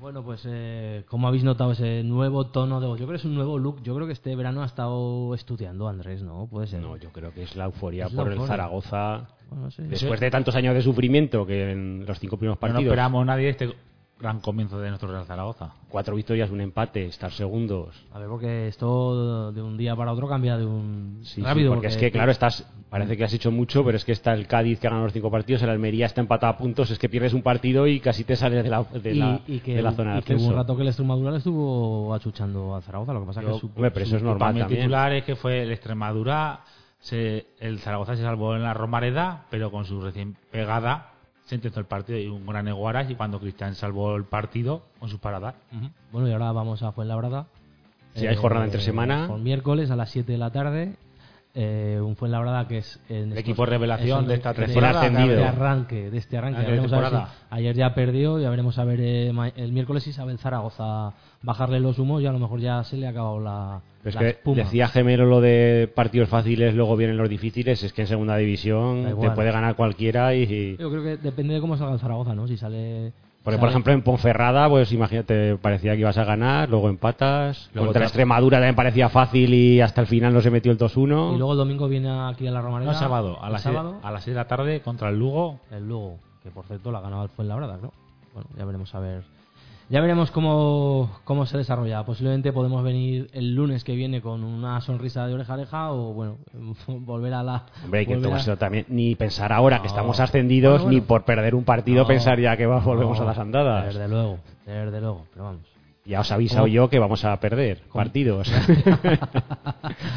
Speaker 1: Bueno, pues eh, como habéis notado ese nuevo tono de voz, yo creo que es un nuevo look, yo creo que este verano ha estado estudiando Andrés, ¿no? Puede ser.
Speaker 3: No, yo creo que es la euforia
Speaker 1: Es la
Speaker 3: por el
Speaker 1: euforia.
Speaker 3: Zaragoza.
Speaker 1: Bueno, no sé.
Speaker 3: Después de tantos años de sufrimiento que en los cinco primeros
Speaker 2: No, no
Speaker 3: partidos,
Speaker 2: esperamos nadie este gran comienzo de nuestro Real Zaragoza.
Speaker 3: cuatro victorias, un empate, estar segundos.
Speaker 1: A ver, porque esto de un día para otro cambia de un
Speaker 3: Sí, sí,
Speaker 1: rápido.
Speaker 3: porque, es que, claro, estás parece que has hecho mucho, pero es que está el Cádiz que ha ganado los cinco partidos, el Almería está empatado a puntos, es que pierdes un partido y casi te sales de la, de la,
Speaker 1: y, y que,
Speaker 3: de la
Speaker 1: hubo-
Speaker 3: zona de
Speaker 1: y que hubo
Speaker 3: ascenso.
Speaker 1: un rato que el Extremadura le estuvo achuchando a Zaragoza, lo que pasa
Speaker 3: Yo-
Speaker 1: que su,
Speaker 3: hombre, pero
Speaker 1: su-
Speaker 3: eso es normal
Speaker 2: Para mí
Speaker 3: también.
Speaker 2: titular es que fue el Extremadura, se- el Zaragoza se salvó en la Romareda, pero con su recién pegada sentenció el partido y un gran Eguaras y cuando Cristian salvó el partido con su parada.
Speaker 1: Ujú. Bueno, y ahora vamos a Fuenlabrada.
Speaker 3: Sí, hay jornada entre semana.
Speaker 1: Por miércoles a las 7 de la tarde. Eh, un Fuenlabrada que es en estos-
Speaker 2: equipo revelación
Speaker 1: es un-
Speaker 2: de esta
Speaker 3: temporada.
Speaker 1: De,
Speaker 3: Ascendido.
Speaker 1: arranque, de este arranque.
Speaker 2: Arranque de
Speaker 1: Ya veremos a ver
Speaker 2: temporada.
Speaker 1: si- ayer ya perdió, ya veremos a ver eh, ma- el miércoles si sabe el Zaragoza bajarle los humos y a lo mejor ya se le ha acabado la,
Speaker 3: Pero es
Speaker 1: la
Speaker 3: que
Speaker 1: espuma.
Speaker 3: decía Gemelo lo de partidos fáciles, luego vienen los difíciles. Es que en segunda división
Speaker 1: Da
Speaker 3: te
Speaker 1: igual.
Speaker 3: puede ganar cualquiera. Y, y-
Speaker 1: Yo creo que depende de cómo salga el Zaragoza, ¿no? Si sale...
Speaker 3: Porque,
Speaker 1: sale-
Speaker 3: por ejemplo, en Ponferrada, pues imagínate, parecía que ibas a ganar, luego empatas.
Speaker 2: Luego
Speaker 3: Contra
Speaker 2: otra-
Speaker 3: Extremadura también parecía fácil y hasta el final no se metió el 2-1.
Speaker 1: Y luego el domingo viene aquí a la Romareda.
Speaker 2: No, sábado, a
Speaker 1: El
Speaker 2: las,
Speaker 1: sábado,
Speaker 2: siete- a las 6 de la tarde contra el Lugo.
Speaker 1: el Lugo, que por cierto la ganaba el Fuenlabrada, ¿no? Bueno, ya veremos a ver. Ya veremos cómo, cómo se desarrolla. Posiblemente podemos venir el lunes que viene con una sonrisa de oreja a oreja o, bueno, volver a la.
Speaker 3: Hombre, que
Speaker 1: volver
Speaker 3: estamos
Speaker 1: a-
Speaker 3: también, ni pensar ahora
Speaker 1: No.
Speaker 3: que estamos ascendidos,
Speaker 1: Bueno, bueno.
Speaker 3: ni por perder un partido
Speaker 1: No.
Speaker 3: pensar ya que va- volvemos
Speaker 1: No,
Speaker 3: a las andadas.
Speaker 1: Desde luego, desde luego, pero vamos.
Speaker 3: Ya os he avisado
Speaker 1: ¿Cómo?
Speaker 3: yo que vamos a perder partidos.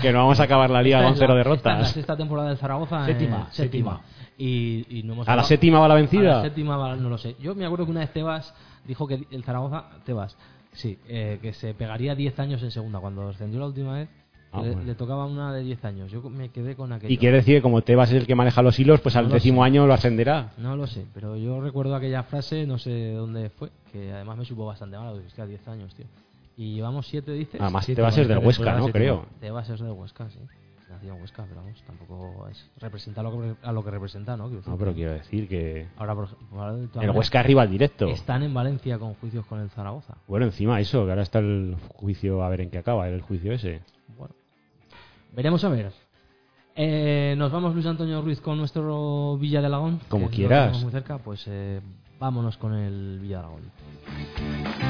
Speaker 3: que no vamos a acabar la liga
Speaker 1: Esta
Speaker 3: con
Speaker 1: es
Speaker 3: cero
Speaker 1: la- esta es la
Speaker 3: derrotas.
Speaker 1: sexta temporada del Zaragoza. eh,
Speaker 2: Séptima,
Speaker 1: séptima. Y, y no hemos
Speaker 3: ¿A la
Speaker 1: hablado-
Speaker 3: séptima va la
Speaker 1: A la
Speaker 3: vencida?
Speaker 1: séptima va- no lo sé. Yo me acuerdo que una vez Tebas dijo que el Zaragoza, Tebas, sí, eh, que se pegaría 10 años en segunda. Cuando ascendió la última vez,
Speaker 3: Ah,
Speaker 1: le,
Speaker 3: bueno.
Speaker 1: le tocaba una de 10 años. Yo me quedé con aquello.
Speaker 3: Y quiere decir que como Tebas es el que maneja los hilos, pues
Speaker 1: No
Speaker 3: al
Speaker 1: lo
Speaker 3: décimo
Speaker 1: sé.
Speaker 3: año lo ascenderá.
Speaker 1: No lo sé, pero yo recuerdo aquella frase, no sé de dónde fue, que además me supo bastante mal. Dije, hostia, 10 años, tío. Y llevamos 7, dices.
Speaker 3: Además,
Speaker 2: Sí,
Speaker 3: Ah, Tebas
Speaker 2: Tebas
Speaker 3: es del
Speaker 2: es
Speaker 3: Huesca,
Speaker 2: del
Speaker 3: ¿no?
Speaker 2: Huesca,
Speaker 3: Creo.
Speaker 1: Tebas es de Huesca, sí. Nacido en Huesca, pero vamos, tampoco es representar lo que- a lo que representa, ¿no? Quiero decir.
Speaker 3: No, pero quiero decir que...
Speaker 1: Ahora, por ejemplo, ahora de todas
Speaker 3: Ah, El
Speaker 1: maneras,
Speaker 3: Huesca arriba al directo.
Speaker 1: están en Valencia con juicios con el Zaragoza.
Speaker 3: Bueno, encima eso, que ahora está el juicio, a ver en qué acaba el juicio ese.
Speaker 1: Bueno, veremos a ver. Eh, nos vamos Luis Antonio Ruiz con nuestro Villa de Alagón.
Speaker 3: Como
Speaker 1: que lo
Speaker 3: quieras.
Speaker 1: tenemos Muy cerca, pues eh, vámonos con el Villa de Alagón.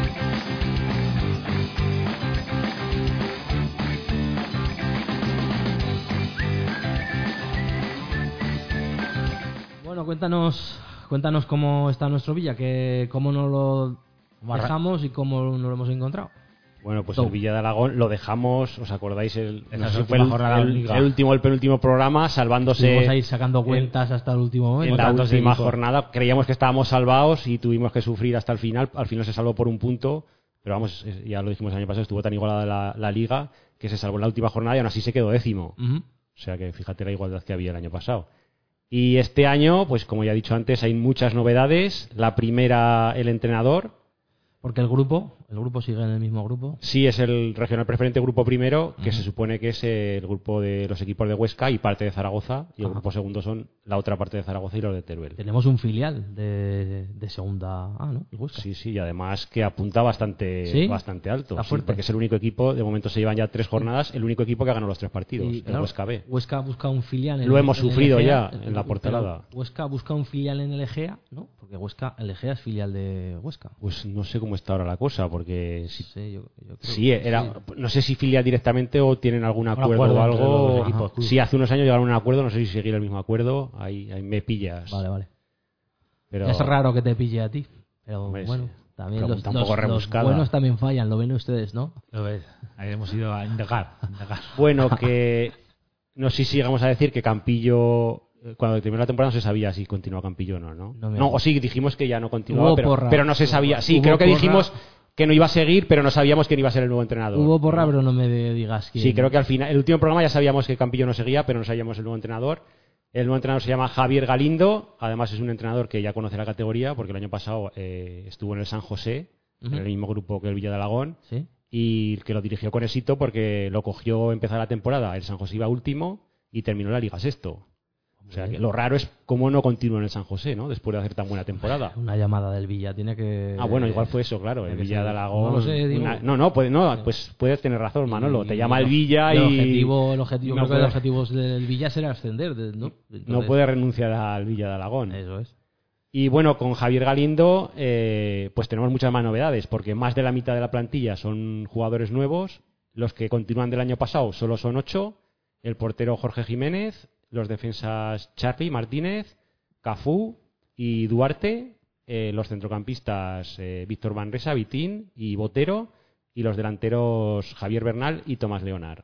Speaker 1: Bueno, cuéntanos, cuéntanos cómo está nuestro Villa, que cómo nos lo
Speaker 2: arran-
Speaker 1: dejamos y cómo nos lo hemos encontrado.
Speaker 3: Bueno, pues
Speaker 1: Dou.
Speaker 3: el Villa de Aragón lo dejamos, ¿os acordáis? El,
Speaker 2: Esa
Speaker 3: no
Speaker 2: es
Speaker 3: sé si
Speaker 2: la
Speaker 3: fue
Speaker 2: última
Speaker 3: el-
Speaker 2: jornada de
Speaker 3: el-
Speaker 2: Liga.
Speaker 3: el último o el penúltimo programa,
Speaker 1: Estuvimos ahí
Speaker 3: salvándose
Speaker 1: sacando cuentas hasta el último momento.
Speaker 3: en la
Speaker 2: Tanto se
Speaker 3: última
Speaker 2: dijo.
Speaker 3: jornada. Creíamos que estábamos salvados y tuvimos que sufrir hasta el final. Al final se salvó por un punto, pero vamos, es- ya lo dijimos el año pasado, estuvo tan igualada la, la Liga que se salvó en la última jornada y aún así se quedó décimo.
Speaker 2: Mm.
Speaker 1: Ujú.
Speaker 3: O sea que fíjate la igualdad que había el año pasado. Y este año, pues como ya he dicho antes, hay muchas novedades. La primera, el entrenador.
Speaker 1: Porque el grupo, el grupo sigue en el mismo grupo.
Speaker 3: Sí, es el regional preferente grupo primero, que se supone que es eh, el grupo de los equipos de Huesca y parte de Zaragoza, y el
Speaker 1: Ajá.
Speaker 3: grupo segundo son la otra parte de Zaragoza y los de Teruel.
Speaker 1: Tenemos un filial de, de segunda A, ¿no? El Huesca.
Speaker 3: Sí, sí, y además que apunta bastante,
Speaker 1: ¿Sí?
Speaker 3: bastante alto,
Speaker 1: Está
Speaker 3: sí,
Speaker 1: fuerte.
Speaker 3: porque es el único equipo, de momento se llevan ya tres jornadas, el único equipo que ha ganado los tres partidos,
Speaker 1: Y,
Speaker 3: el
Speaker 1: claro,
Speaker 3: Huesca B.
Speaker 1: Huesca busca un filial en
Speaker 3: Lo hemos
Speaker 1: en
Speaker 3: sufrido
Speaker 1: Egea.
Speaker 3: ya en la portalada.
Speaker 1: Pero Huesca busca un filial en el Egea, ¿no? Porque Huesca, el Egea es filial de Huesca.
Speaker 3: Pues no sé cómo está ahora la cosa, porque si-
Speaker 1: Sí, yo, yo creo
Speaker 3: sí,
Speaker 1: que sí.
Speaker 3: era, no sé si filia directamente o tienen algún acuerdo,
Speaker 2: acuerdo
Speaker 3: o
Speaker 2: entre los
Speaker 3: algo.
Speaker 2: equipos,
Speaker 3: Ajá.
Speaker 2: tú.
Speaker 3: Sí, hace unos años llegaron a un acuerdo, no sé si seguir el mismo acuerdo, ahí, ahí me pillas.
Speaker 1: Vale, vale.
Speaker 3: Pero...
Speaker 1: Es raro que te pille a ti. Pero
Speaker 3: Hombre,
Speaker 1: bueno,
Speaker 3: sí.
Speaker 1: también los,
Speaker 3: Pregunta un
Speaker 1: los-
Speaker 3: poco
Speaker 1: los
Speaker 3: rebuscada.
Speaker 1: buenos también fallan, lo ven ustedes, ¿no?
Speaker 2: Lo ves, ahí hemos ido a indagar. a indagar.
Speaker 3: Bueno, que no sé si llegamos a decir que Campillo, eh, cuando terminó la temporada no se sabía si continuaba Campillo o no, ¿no?
Speaker 1: No
Speaker 3: No,
Speaker 1: me
Speaker 3: o sí, dijimos que ya no continuaba,
Speaker 1: Hubo
Speaker 3: pero,
Speaker 1: porra.
Speaker 3: pero no se sabía. Sí,
Speaker 1: Hubo
Speaker 3: creo que
Speaker 1: porra.
Speaker 3: dijimos que no iba a seguir, pero no sabíamos quién iba a ser el nuevo entrenador.
Speaker 1: Hubo porra, pero no me digas que.
Speaker 3: Sí, creo que al final, el último programa ya sabíamos que Campillo no seguía, pero no sabíamos el nuevo entrenador. El nuevo entrenador se llama Javier Galindo, además es un entrenador que ya conoce la categoría, porque el año pasado eh, estuvo en el San José,
Speaker 1: Ujú.
Speaker 3: en el mismo grupo que el Villa de Alagón
Speaker 1: Sí.
Speaker 3: y que lo dirigió con éxito porque lo cogió empezar la temporada. El San José iba último y terminó la Liga sexto. O sea, que lo raro es cómo no continúa en el San José, ¿no? Después de hacer tan buena temporada.
Speaker 1: Una llamada del Villa, tiene que.
Speaker 3: Ah, bueno, igual fue eso, claro. El
Speaker 1: Tiene que
Speaker 3: Villa
Speaker 1: ser-
Speaker 3: de Alagón.
Speaker 1: No lo sé, digo.
Speaker 3: Una- no, no, puede- no, pues puedes tener razón, Manolo. Te llama el Villa y.
Speaker 1: Mm, El objetivo, el objetivo,
Speaker 3: no
Speaker 1: creo que el
Speaker 3: puede-
Speaker 1: objetivo del Villa será ascender, de- ¿no?
Speaker 3: No
Speaker 1: Entonces,
Speaker 3: puede renunciar al Villa de Alagón.
Speaker 1: Eso es.
Speaker 3: Y bueno, con Javier Galindo, eh, pues tenemos muchas más novedades, porque más de la mitad de la plantilla son jugadores nuevos. Los que continúan del año pasado solo son ocho: el portero Jorge Jiménez, los defensas Charlie Martínez, Cafú y Duarte, eh, los centrocampistas eh, Víctor Manresa, Vitín y Botero, y los delanteros Javier Bernal y Tomás Leonard.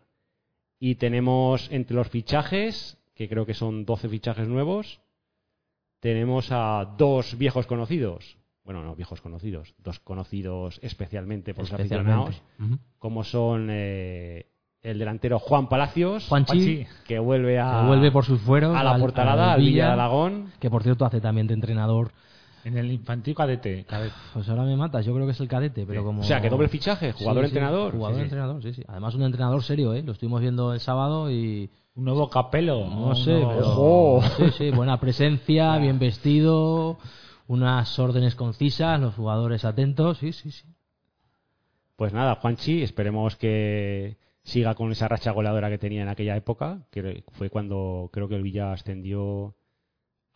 Speaker 3: Y tenemos entre los fichajes, que creo que son 12 fichajes nuevos, tenemos a dos viejos conocidos, bueno, no viejos conocidos, dos conocidos especialmente por los aficionados,
Speaker 2: Ujú.
Speaker 3: como son eh, el delantero Juan Palacios,
Speaker 1: Juanchi,
Speaker 2: Juanchi.
Speaker 3: que vuelve a,
Speaker 1: que vuelve por sus fueros.
Speaker 3: a la
Speaker 1: al-
Speaker 3: portalada, al Villa de Alagón.
Speaker 1: Que por cierto hace también de entrenador.
Speaker 2: En el infantil cadete. cadete.
Speaker 1: Pues ahora me matas, yo creo que es el cadete, pero
Speaker 2: Sí.
Speaker 1: como...
Speaker 3: O sea, que doble fichaje,
Speaker 1: Sí,
Speaker 3: jugador-entrenador.
Speaker 1: sí, Jugador-entrenador, sí, sí. Además un entrenador serio, ¿eh? Lo estuvimos viendo el sábado y...
Speaker 2: Un nuevo capelo.
Speaker 1: No
Speaker 2: un
Speaker 1: sé,
Speaker 2: nuevo-
Speaker 1: pero...
Speaker 3: Oh, Ojo.
Speaker 1: Sí, sí, buena presencia, bien vestido, unas órdenes concisas, los jugadores atentos, sí, sí, sí.
Speaker 3: Pues nada, Juanchi, esperemos que siga con esa racha goleadora que tenía en aquella época, que fue cuando creo que el Villa ascendió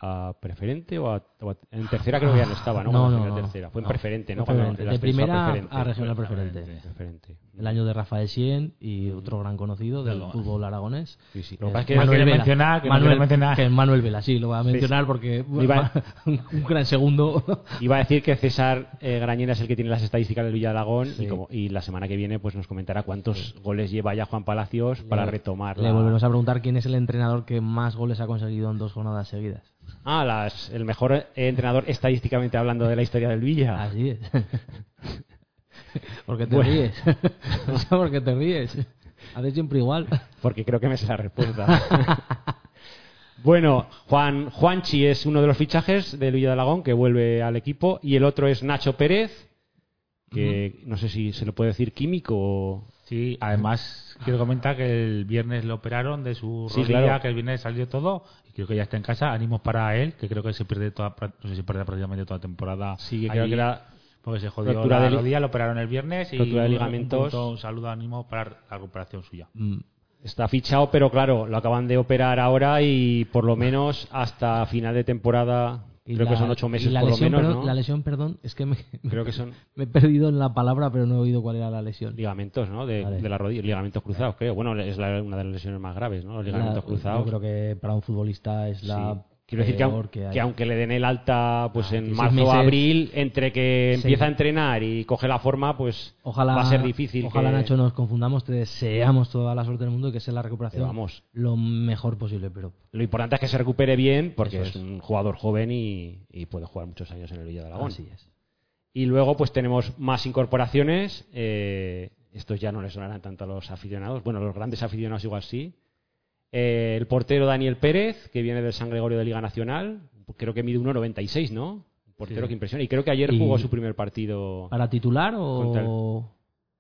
Speaker 3: a preferente o, a- o a- en tercera creo que ya no estaba, ¿no?
Speaker 1: Ah, No,
Speaker 3: Cuando
Speaker 1: no,
Speaker 3: ascendió a
Speaker 1: no.
Speaker 3: tercera. Fue en
Speaker 1: No,
Speaker 3: preferente, ¿no?
Speaker 1: fue
Speaker 3: Cuando
Speaker 1: preferente.
Speaker 3: el
Speaker 1: De
Speaker 3: ascenso
Speaker 1: primera a regional
Speaker 2: Preferente.
Speaker 1: preferente.
Speaker 3: Preferente.
Speaker 1: El año de Rafael Sien y otro gran conocido del
Speaker 2: Del-
Speaker 1: fútbol aragonés.
Speaker 3: Sí, sí.
Speaker 1: Eh,
Speaker 3: Lo que pasa es que
Speaker 2: Manuel
Speaker 1: Vela.
Speaker 2: mencionar, que no
Speaker 1: Manuel,
Speaker 2: quiero mencionar.
Speaker 1: que Manuel Vela, sí, lo voy a mencionar porque
Speaker 3: Y va-
Speaker 1: un gran segundo.
Speaker 3: Iba a decir que César eh, Grañera es el que tiene las estadísticas del Villa de Alagón y, como- y la semana que viene pues nos comentará cuántos goles lleva ya Juan Palacios para retomar
Speaker 1: Le
Speaker 3: la-
Speaker 1: volvemos a preguntar quién es el entrenador que más goles ha conseguido en dos jornadas seguidas.
Speaker 3: Ah, las- el mejor eh, entrenador estadísticamente hablando de la historia del Villa.
Speaker 1: Así es. porque te
Speaker 3: Ah. Bueno.
Speaker 1: ríes. no sé por qué te ríes. Haces siempre igual.
Speaker 3: Porque creo que me es la respuesta. bueno, Juan, Juanchi es uno de los fichajes de Luis de Alagón que vuelve al equipo. Y el otro es Nacho Pérez, que no sé si se lo puede decir químico o.
Speaker 2: Sí, además quiero comentar que el viernes lo operaron de su
Speaker 3: Sí,
Speaker 2: rodilla,
Speaker 3: claro.
Speaker 2: que el viernes salió todo y creo que ya está en casa. Ánimos para él, que creo que se pierde toda, prá- no sé si pierde prácticamente toda la temporada.
Speaker 3: Sí, que creo
Speaker 2: ahí,
Speaker 3: que era-
Speaker 2: porque se jodió
Speaker 3: rotura
Speaker 2: la
Speaker 3: de li-
Speaker 2: rodilla, lo operaron el viernes y
Speaker 3: rotura de
Speaker 2: un-
Speaker 3: ligamentos.
Speaker 2: Un, punto, un saludo ánimo para la recuperación suya.
Speaker 1: Mm,
Speaker 3: Está fichado, pero claro, lo acaban de operar ahora y por lo menos hasta final de temporada,
Speaker 1: y
Speaker 3: creo que
Speaker 1: la-
Speaker 3: son ocho
Speaker 1: y
Speaker 3: meses
Speaker 1: la
Speaker 3: por lo
Speaker 1: lesión,
Speaker 3: menos.
Speaker 1: perdón,
Speaker 3: ¿no?
Speaker 1: La lesión, perdón, es que me,
Speaker 3: Creo que son
Speaker 1: me he perdido en la palabra, pero no he oído cuál era la lesión.
Speaker 3: ligamentos, ¿no? De,
Speaker 1: Vale.
Speaker 3: de la rodilla, ligamentos cruzados, creo. Bueno, es la- una de las lesiones más graves, ¿no? Los
Speaker 1: La-
Speaker 3: ligamentos cruzados.
Speaker 1: Yo creo que para un futbolista es la.
Speaker 3: Sí. Quiero decir que,
Speaker 1: peor
Speaker 3: aun-
Speaker 1: que hay. Ah,
Speaker 3: que aunque le den el alta pues
Speaker 1: que
Speaker 3: en
Speaker 1: seis
Speaker 3: marzo o
Speaker 1: meses-
Speaker 3: abril, entre que
Speaker 1: seis-
Speaker 3: empieza a entrenar y coge la forma, pues
Speaker 1: Ojalá,
Speaker 3: va a ser difícil.
Speaker 1: Ojalá,
Speaker 3: que-
Speaker 1: Nacho, nos confundamos. Te deseamos toda la suerte del mundo y que sea la recuperación
Speaker 3: Pero vamos.
Speaker 1: lo mejor posible. Pero
Speaker 3: Lo importante es que se recupere bien porque
Speaker 1: Eso
Speaker 3: es
Speaker 1: es.
Speaker 3: un jugador joven y, y puede jugar muchos años en el Villa de Alagón.
Speaker 1: así es.
Speaker 3: Y luego pues tenemos más incorporaciones. eh, estos ya no les sonarán tanto a los aficionados. Bueno, a los grandes aficionados igual sí. Eh, el portero Daniel Pérez, que viene del San Gregorio de Liga Nacional. Creo que mide 1,96, ¿no? Un Portero que impresiona. Y creo que ayer
Speaker 1: Y-
Speaker 3: jugó su primer partido.
Speaker 1: ¿Para titular
Speaker 3: Contra el-
Speaker 1: o.?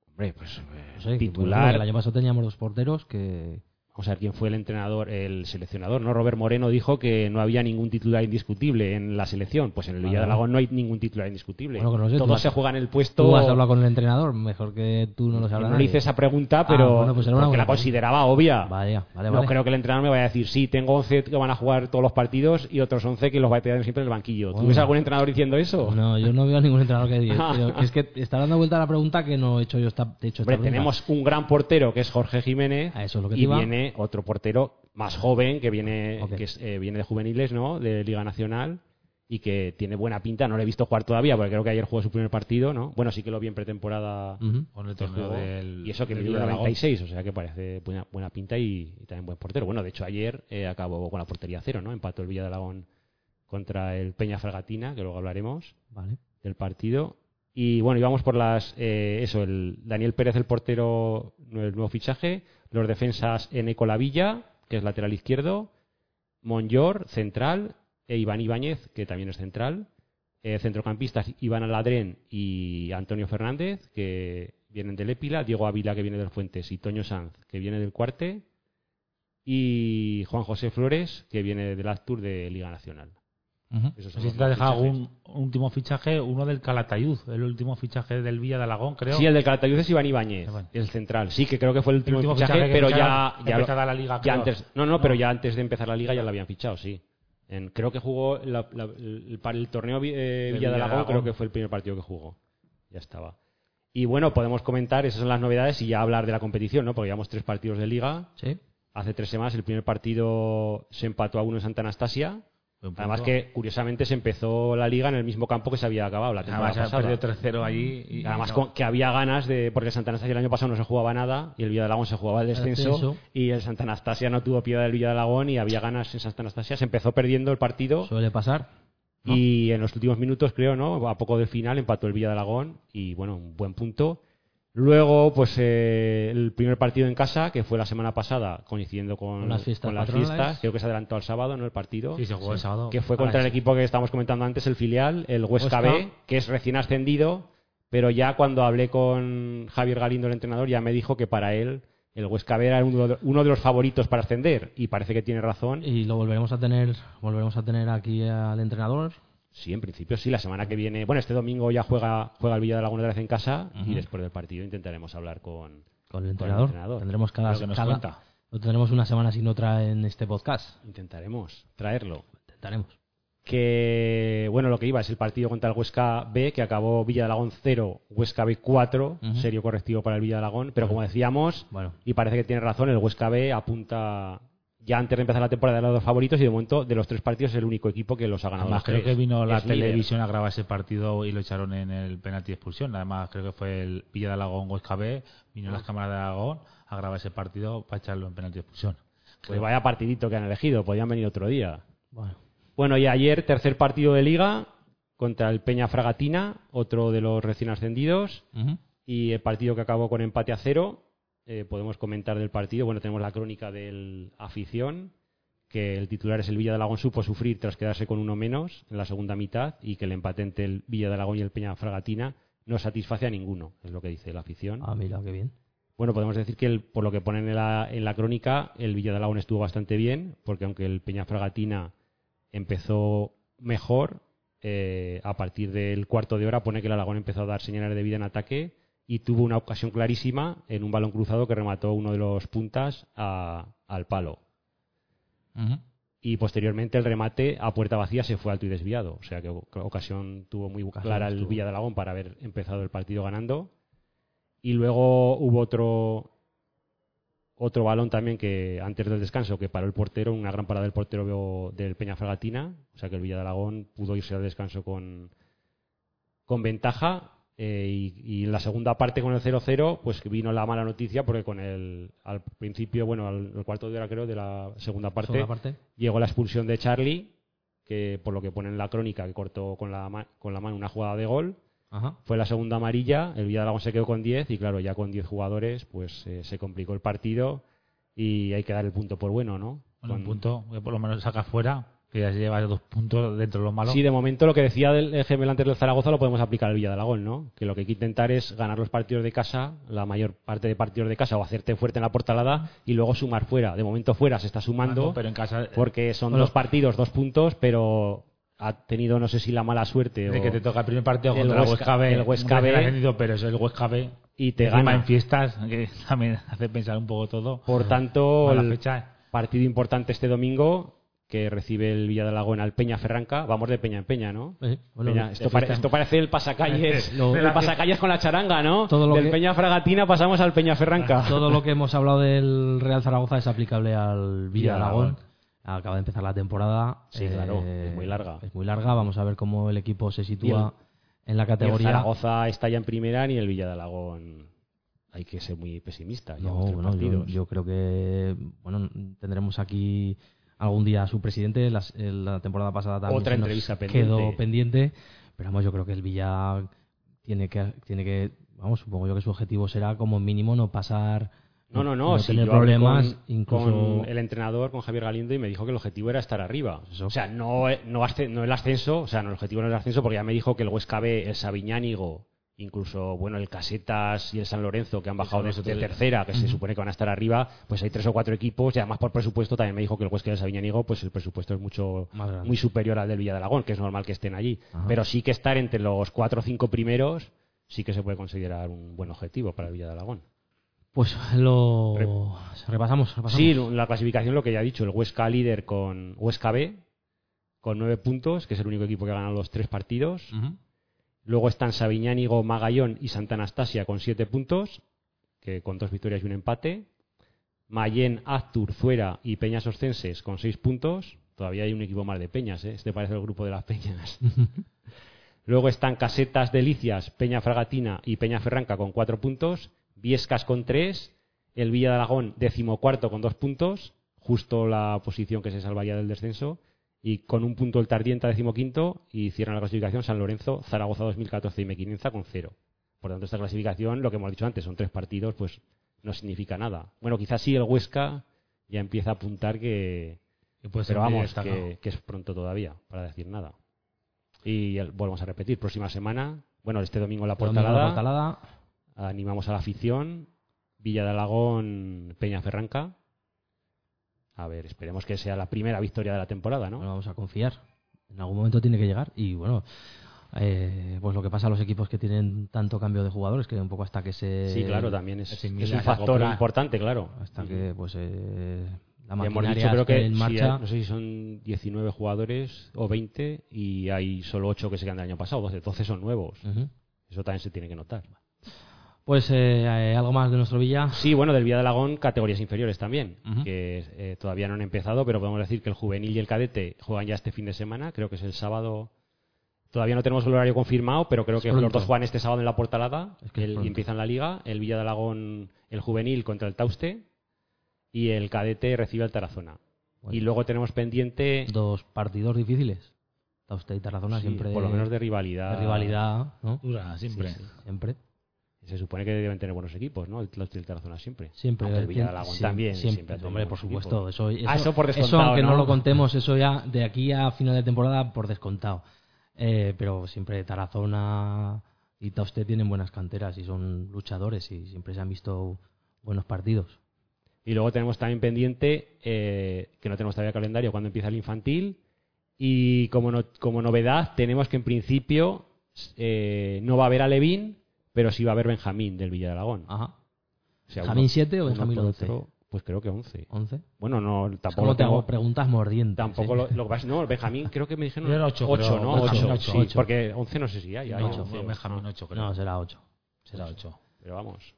Speaker 3: Hombre, pues eh,
Speaker 1: No sé, que, por
Speaker 3: titular.
Speaker 1: ejemplo, El año pasado teníamos dos porteros que.
Speaker 3: Vamos a ver quién fue el entrenador, el seleccionador, ¿no? Robert Moreno dijo que no había ningún titular indiscutible en la selección. Pues en el Villa de Alagón no hay ningún titular indiscutible.
Speaker 1: Bueno, que no sé, tú
Speaker 3: Todos
Speaker 1: has-
Speaker 3: se juegan el
Speaker 1: Tú
Speaker 3: puesto.
Speaker 1: has hablado con el entrenador, mejor que tú no lo sabrás.
Speaker 3: no le hice esa pregunta,
Speaker 1: Pues Ah,
Speaker 3: pero
Speaker 1: bueno, pues era una
Speaker 3: porque
Speaker 1: buena
Speaker 3: la consideraba obvia.
Speaker 1: Vaya, vale,
Speaker 3: no
Speaker 1: vale.
Speaker 3: creo que el entrenador me vaya a decir, sí, tengo 11 que van a jugar todos los partidos y otros 11 que los va a tener siempre en el banquillo. ¿Tú
Speaker 1: Bueno.
Speaker 3: ves algún entrenador diciendo eso?
Speaker 1: No, yo no veo a ningún entrenador que diga. pero es que está dando vuelta a la pregunta que no he hecho yo esta, he hecho esta
Speaker 3: Hombre,
Speaker 1: pregunta.
Speaker 3: tenemos un gran portero que es Jorge Jiménez
Speaker 1: A eso es lo que te
Speaker 3: y
Speaker 1: iba.
Speaker 3: viene otro portero más joven que viene
Speaker 1: Ok.
Speaker 3: que es, eh, viene de juveniles, ¿no? De Liga Nacional y que tiene buena pinta. No le he visto jugar todavía porque creo que ayer jugó su primer partido, ¿no? Bueno, sí que lo vi en pretemporada.
Speaker 1: Ujú.
Speaker 2: Con el
Speaker 3: que
Speaker 2: torneo
Speaker 3: jugó,
Speaker 2: del.
Speaker 3: y eso que
Speaker 2: del
Speaker 3: mide
Speaker 2: Villa de Aragón.
Speaker 3: 96, o sea que parece buena, buena pinta y, y también buen portero. Bueno, de hecho ayer eh, acabó con la portería cero, ¿no? Empató el Villa de Alagón contra el Peña Fragatina, que luego hablaremos
Speaker 1: Vale.
Speaker 3: del partido. Y bueno, íbamos por las. eh, eso, el Daniel Pérez, el portero, el nuevo fichaje. Los defensas Eneco Lavilla, que es lateral izquierdo. Monyor, central. E Iván Ibáñez, que también es central. Eh, centrocampistas Iván Aladrén y Antonio Fernández, que vienen del Épila. Diego Ávila, que viene del Fuentes. Y Toño Sanz, que viene del Cuarte. Y Juan José Flores, que viene del Actur de Liga Nacional.
Speaker 1: Ujú.
Speaker 3: Esos
Speaker 2: No
Speaker 3: son
Speaker 2: sé
Speaker 3: los
Speaker 2: si te ha dejado
Speaker 3: fichajes.
Speaker 2: algún último fichaje, uno del Calatayud, el último fichaje del Villa de Alagón, creo.
Speaker 3: Sí, el de Calatayud es Iván Ibáñez,
Speaker 2: Iván.
Speaker 3: el central. Sí, que creo que fue el último,
Speaker 2: El último
Speaker 3: fichaje,
Speaker 2: fichaje que
Speaker 3: pero ya,
Speaker 2: ficharon,
Speaker 3: ya, lo-
Speaker 2: empezada la liga,
Speaker 3: ya
Speaker 2: creo.
Speaker 3: antes, no, no, pero ya antes de empezar la liga ya lo habían fichado, sí. En- creo que jugó la- la- el, para el torneo vi- eh,
Speaker 2: Del
Speaker 3: Villa de
Speaker 2: Villa de
Speaker 3: Alagón, creo
Speaker 2: Alagón.
Speaker 3: que fue el primer partido que jugó. Ya estaba. Y bueno, podemos comentar, esas son las novedades y ya hablar de la competición, ¿no? Porque llevamos tres partidos de liga.
Speaker 1: Sí.
Speaker 3: Hace tres semanas el primer partido se empató a uno en Santa Anastasia.
Speaker 2: Buen punto.
Speaker 3: Además que, curiosamente, se empezó la liga en el mismo campo que se había acabado la temporada
Speaker 2: Además, ha
Speaker 3: pasada.
Speaker 2: perdido 3-0 allí. Y,
Speaker 3: Y Además
Speaker 2: no.
Speaker 3: con- que había ganas de porque el Santa Anastasia el año pasado no se jugaba nada y el Villadalagón se jugaba el descenso,
Speaker 1: Descenso.
Speaker 3: y el Santa Anastasia no tuvo piedad del Villadalagón y había ganas en Santa Anastasia, se empezó perdiendo el partido
Speaker 1: Suele pasar.
Speaker 3: y en los últimos minutos creo, ¿no? A poco del final empató el Villadalagón y bueno, un buen punto. Luego, pues eh, el primer partido en casa, que fue la semana pasada, coincidiendo con,
Speaker 1: Con las fiestas patronales.
Speaker 3: fiestas, creo que se adelantó al sábado, ¿no? El partido
Speaker 2: Sí, se jugó el sábado.
Speaker 3: que fue
Speaker 2: Ahora
Speaker 3: contra el
Speaker 2: sí.
Speaker 3: equipo que estábamos comentando antes, el filial, el Huesca,
Speaker 1: Huesca.
Speaker 3: B, que es recién ascendido, pero ya cuando hablé con Javier Galindo, el entrenador, ya me dijo que para él el Huesca B era uno de, uno de los favoritos para ascender, y parece que tiene razón.
Speaker 1: Y lo volveremos a tener, volveremos a tener aquí al entrenador.
Speaker 3: Sí, en principio sí, la semana que viene, bueno, este domingo ya juega, juega el Villa de Laguna otra vez en casa, y después del partido intentaremos hablar con...
Speaker 1: Con el entrenador.
Speaker 3: entrenador.
Speaker 1: Tendremos cada,
Speaker 2: Lo que nos
Speaker 1: cada-
Speaker 2: cuenta.
Speaker 1: lo tendremos una semana sin otra en este podcast.
Speaker 3: Intentaremos traerlo.
Speaker 1: Intentaremos.
Speaker 3: que bueno lo que iba es el partido contra el Huesca B que acabó Villa de Alagón 0 Huesca B 4
Speaker 1: Ujú.
Speaker 3: serio correctivo para el Villa de Alagón pero como decíamos
Speaker 1: Bueno.
Speaker 3: y parece que tiene razón el Huesca B apunta ya antes de empezar la temporada era de los favoritos y de momento de los tres partidos es el único equipo que los ha ganado
Speaker 2: Además,
Speaker 3: los
Speaker 2: creo
Speaker 3: tres.
Speaker 2: que vino la
Speaker 3: Es líder.
Speaker 2: televisión a grabar ese partido y lo echaron en el penalti de expulsión. Además, creo que fue el Villa de Alagón Huesca B, vino
Speaker 3: Ah.
Speaker 2: las cámaras de Alagón a grabar ese partido para echarlo en penalti de expulsión.
Speaker 3: pues vaya partidito que han elegido podían venir otro día
Speaker 1: Bueno.
Speaker 3: Bueno, y ayer tercer partido de liga contra el Peña Fragatina, otro de los recién ascendidos,
Speaker 1: Ujú.
Speaker 3: y el partido que acabó con empate a cero. Eh, podemos comentar del partido. Bueno, tenemos la crónica del afición, que el titular es el Villa de Alagón supo sufrir tras quedarse con uno menos en la segunda mitad y que el empate entre el Villa de Alagón y el Peña Fragatina no satisface a ninguno, es lo que dice la afición.
Speaker 1: Ah, mira, qué bien.
Speaker 3: Bueno, podemos decir que el- por lo que ponen en la, en la crónica, el Villa de Alagón estuvo bastante bien, porque aunque el Peñafragatina empezó mejor, eh, a partir del cuarto de hora pone que el Alagón empezó a dar señales de vida en ataque y tuvo una ocasión clarísima en un balón cruzado que remató uno de los puntas a- al palo.
Speaker 1: Ujú.
Speaker 3: Y posteriormente el remate a puerta vacía se fue alto y desviado. O sea que o- ocasión tuvo muy
Speaker 1: Ocasión
Speaker 3: clara el
Speaker 1: estuvo.
Speaker 3: Villa de Alagón para haber empezado el partido ganando. Y luego hubo otro otro balón también que antes del descanso que paró el portero, una gran parada del portero del Peña Fragatina. O sea que el Villa de Alagón pudo irse al descanso con, con ventaja. eh, y, y en la segunda parte con el 0-0, pues que vino la mala noticia porque con el al principio, bueno, al, al cuarto de hora creo de la segunda parte,
Speaker 1: Segunda parte.
Speaker 3: llegó la expulsión de Charlie, que por lo que pone en la crónica, que cortó con la, ma- con la mano una jugada de gol.
Speaker 1: Ajá.
Speaker 3: Fue la segunda amarilla, el Villarreal se quedó con 10 y claro, ya con 10 jugadores pues eh, se complicó el partido y hay que dar el punto por bueno, ¿no?
Speaker 2: Bueno, un
Speaker 3: Con-
Speaker 2: punto que por lo menos saca fuera, que ya se lleva dos puntos dentro de los malos.
Speaker 3: Sí, de momento lo que decía del el gemel antes del Zaragoza lo podemos aplicar al Villadalagón, ¿no? Que lo que hay que intentar es ganar los partidos de casa, la mayor parte de partidos de casa, o hacerte fuerte en la portalada y luego sumar fuera. De momento fuera se está sumando,
Speaker 2: pero en casa eh,
Speaker 3: porque son
Speaker 1: Bueno.
Speaker 3: dos partidos, dos puntos, pero ha tenido no sé si la mala suerte
Speaker 2: de
Speaker 3: o-
Speaker 2: que te toca el primer partido
Speaker 3: el
Speaker 2: contra el
Speaker 3: Huesca-
Speaker 2: Huesca B,
Speaker 3: el
Speaker 2: un
Speaker 3: Huesca
Speaker 2: recién
Speaker 3: B.
Speaker 2: ascendido, pero es el Huesca B
Speaker 3: y te
Speaker 2: Encima
Speaker 3: gana.
Speaker 2: en fiestas, que también hace pensar un poco todo.
Speaker 3: Por tanto,
Speaker 2: Mala
Speaker 3: el
Speaker 2: fecha.
Speaker 3: partido importante este domingo que recibe el Villadalagón al Peña Ferranca. Vamos de Peña en Peña, ¿no?
Speaker 1: Eh, bueno,
Speaker 3: Peña,
Speaker 1: de
Speaker 3: esto, pare-
Speaker 1: fiesta.
Speaker 3: esto parece el pasacalles,
Speaker 1: Lo-
Speaker 3: el pasacalles con la charanga, ¿no?
Speaker 1: Todo lo
Speaker 3: Del
Speaker 1: que-
Speaker 3: Peña Fragatina pasamos al Peña Ferranca.
Speaker 1: Todo lo que hemos hablado del Real Zaragoza es aplicable al Villa de Aragón.
Speaker 3: Villarreal.
Speaker 1: Acaba de empezar la temporada. eh,
Speaker 3: Sí, claro, es muy larga.
Speaker 1: Es muy larga. Vamos a ver cómo el equipo se
Speaker 3: Y el-
Speaker 1: sitúa en la
Speaker 3: Ni El
Speaker 1: categoría.
Speaker 3: Zaragoza está ya en primera ni el Villadalagón. Hay que ser muy pesimista.
Speaker 1: No,
Speaker 3: llevamos tres
Speaker 1: bueno, yo,
Speaker 3: partidos.
Speaker 1: yo creo que bueno tendremos aquí algún día a su presidente. Las- eh, la temporada pasada también
Speaker 3: Otra
Speaker 1: se nos
Speaker 3: entrevista pendiente.
Speaker 1: quedó pendiente. Pero vamos, yo creo que el Villa tiene que tiene que vamos, supongo yo que su objetivo será como mínimo no pasar,
Speaker 3: No, no, no. sí,
Speaker 1: tener
Speaker 3: yo hablé
Speaker 1: problemas,
Speaker 3: con,
Speaker 1: incluso
Speaker 3: con el entrenador, con Javier Galindo, y me dijo que el objetivo era estar arriba.
Speaker 1: Eso.
Speaker 3: O sea, no, no, asce- no el ascenso, o sea, no, el objetivo no es el ascenso, porque ya me dijo que el Huesca B, el Sabiñánigo, incluso, bueno, el Casetas y el San Lorenzo, que han bajado de, de tercera, que se supone que van a estar arriba, pues hay tres o cuatro equipos, y además por presupuesto también me dijo que el Huesca y el Sabiñánigo, pues el presupuesto es mucho
Speaker 1: Más grande.
Speaker 3: muy superior al del Villa de Aragón, que es normal que estén allí.
Speaker 1: Ajá.
Speaker 3: Pero sí que estar entre los cuatro o cinco primeros sí que se puede considerar un buen objetivo para el Villa de Aragón.
Speaker 1: Pues lo
Speaker 3: Re-
Speaker 1: repasamos, repasamos.
Speaker 3: Sí, la clasificación, lo que ya he dicho, el Huesca líder con Huesca B, con nueve puntos, que es el único equipo que ha ganado los tres partidos.
Speaker 1: Ujú.
Speaker 3: Luego están Sabiñánigo, Magallón y Santa Anastasia con siete puntos, que con dos victorias y un empate. Mayen, Aztur, Zuera y Peñas Ostenses con seis puntos. Todavía hay un equipo más de peñas, ¿eh? Este parece el grupo de las peñas. Luego están Casetas Delicias, Peña Fragatina y Peña Ferranca con cuatro puntos, Viescas con tres, el Villa de Aragón decimocuarto con dos puntos, justo la posición que se salvaría del descenso, y con un punto el Tardienta decimoquinto y cierran la clasificación San Lorenzo, Zaragoza 2014 y Mequinenza con cero. Por tanto, esta clasificación, lo que hemos dicho antes, son tres partidos, pues no significa nada. Bueno, quizás sí el Huesca ya empieza a apuntar que...
Speaker 2: Y puede ser
Speaker 3: Pero vamos,
Speaker 2: destacado.
Speaker 3: que, que es pronto todavía para decir nada. Y el- volvemos a repetir, próxima semana, bueno, este domingo la
Speaker 1: Domingo
Speaker 3: portalada,
Speaker 1: la portalada.
Speaker 3: animamos a la afición, Villa de Alagón, Peña Ferranca. A ver, esperemos que sea la primera victoria de la temporada, ¿no?
Speaker 1: Bueno, vamos a confiar. En algún momento tiene que llegar. Y bueno, eh, pues lo que pasa a los equipos que tienen tanto cambio de jugadores, que un poco hasta que se.
Speaker 3: sí, claro, también es,
Speaker 2: es en
Speaker 3: es
Speaker 2: Milán,
Speaker 3: un
Speaker 2: la
Speaker 3: factor
Speaker 2: copla.
Speaker 3: importante, claro.
Speaker 1: Hasta
Speaker 3: Ujú.
Speaker 1: que, pues. eh, la
Speaker 3: Ya hemos
Speaker 1: maquinaria
Speaker 3: dicho, creo
Speaker 1: esté
Speaker 3: que
Speaker 1: en
Speaker 3: sí,
Speaker 1: marcha.
Speaker 3: hay- no sé si son 19 jugadores o 20 y hay solo 8 que se quedan del año pasado, 12, 12 son nuevos.
Speaker 1: Ujú.
Speaker 3: Eso también se tiene que notar.
Speaker 1: Pues eh, eh, algo más de nuestro Villa.
Speaker 3: Sí, bueno, del Vía de Alagón, categorías inferiores también,
Speaker 1: Ujú.
Speaker 3: que eh, todavía no han empezado, pero podemos decir que el juvenil y el cadete juegan ya este fin de semana, creo que es el sábado. Todavía no tenemos el horario confirmado, pero creo que
Speaker 1: pronto.
Speaker 3: los dos juegan este sábado en la portalada
Speaker 1: Es que es
Speaker 3: el-
Speaker 1: pronto.
Speaker 3: y empiezan la liga. El Villa de Alagón, el juvenil contra el Tauste y el cadete recibe al Tarazona.
Speaker 1: Bueno.
Speaker 3: Y luego tenemos pendiente,
Speaker 1: Dos partidos difíciles. Tauste y Tarazona
Speaker 3: sí,
Speaker 1: siempre.
Speaker 3: por lo menos de rivalidad.
Speaker 1: de rivalidad, ¿no?
Speaker 2: Dura, siempre.
Speaker 3: Sí, sí.
Speaker 1: Siempre.
Speaker 3: Se supone que deben tener buenos equipos, ¿no? El Tauste y el Tarazona siempre.
Speaker 1: Siempre.
Speaker 3: Aunque el Villa de Alagón
Speaker 1: Siem-
Speaker 3: también.
Speaker 1: Siempre.
Speaker 3: siempre ha tenido
Speaker 1: hombre, por
Speaker 3: buenos equipos.
Speaker 1: supuesto. Eso, eso,
Speaker 3: Ah, eso por
Speaker 1: eso,
Speaker 3: descontado,
Speaker 1: aunque no
Speaker 3: ¿no?
Speaker 1: lo contemos, eso ya de aquí a final de temporada por descontado. Eh, pero siempre Tarazona y Tauste tienen buenas canteras y son luchadores y siempre se han visto buenos partidos.
Speaker 3: Y luego tenemos también pendiente, eh, que no tenemos todavía calendario, cuando empieza el infantil. Y como, no- como novedad, tenemos que en principio eh, no va a haber a Levín, pero sí va a haber Benjamín del Villa de Alagón.
Speaker 1: Ajá.
Speaker 3: O sea,
Speaker 1: Ah, ¿Benjamín
Speaker 3: uno-
Speaker 1: siete o
Speaker 3: uno
Speaker 1: Benjamín
Speaker 3: por
Speaker 1: once?
Speaker 3: otro, Pues creo que 11.
Speaker 1: 11.
Speaker 3: Bueno, no,
Speaker 1: Es
Speaker 3: tampoco.
Speaker 1: como
Speaker 3: lo
Speaker 1: te
Speaker 3: tengo-
Speaker 1: hago preguntas mordientes.
Speaker 3: Tampoco
Speaker 1: ¿eh?
Speaker 3: lo, lo que pasa, no, Benjamín creo que me dijeron
Speaker 2: Yo era ocho,
Speaker 3: 8,
Speaker 2: creo.
Speaker 3: ¿no?
Speaker 2: Benjamín
Speaker 3: 8,
Speaker 2: ocho,
Speaker 3: sí,
Speaker 2: ocho.
Speaker 3: porque 11 no sé si hay. hay
Speaker 2: No,
Speaker 3: 11
Speaker 2: fue
Speaker 3: o-
Speaker 2: Benjamín 8, creo.
Speaker 1: No, será 8.
Speaker 2: Será 8.
Speaker 3: Pero vamos.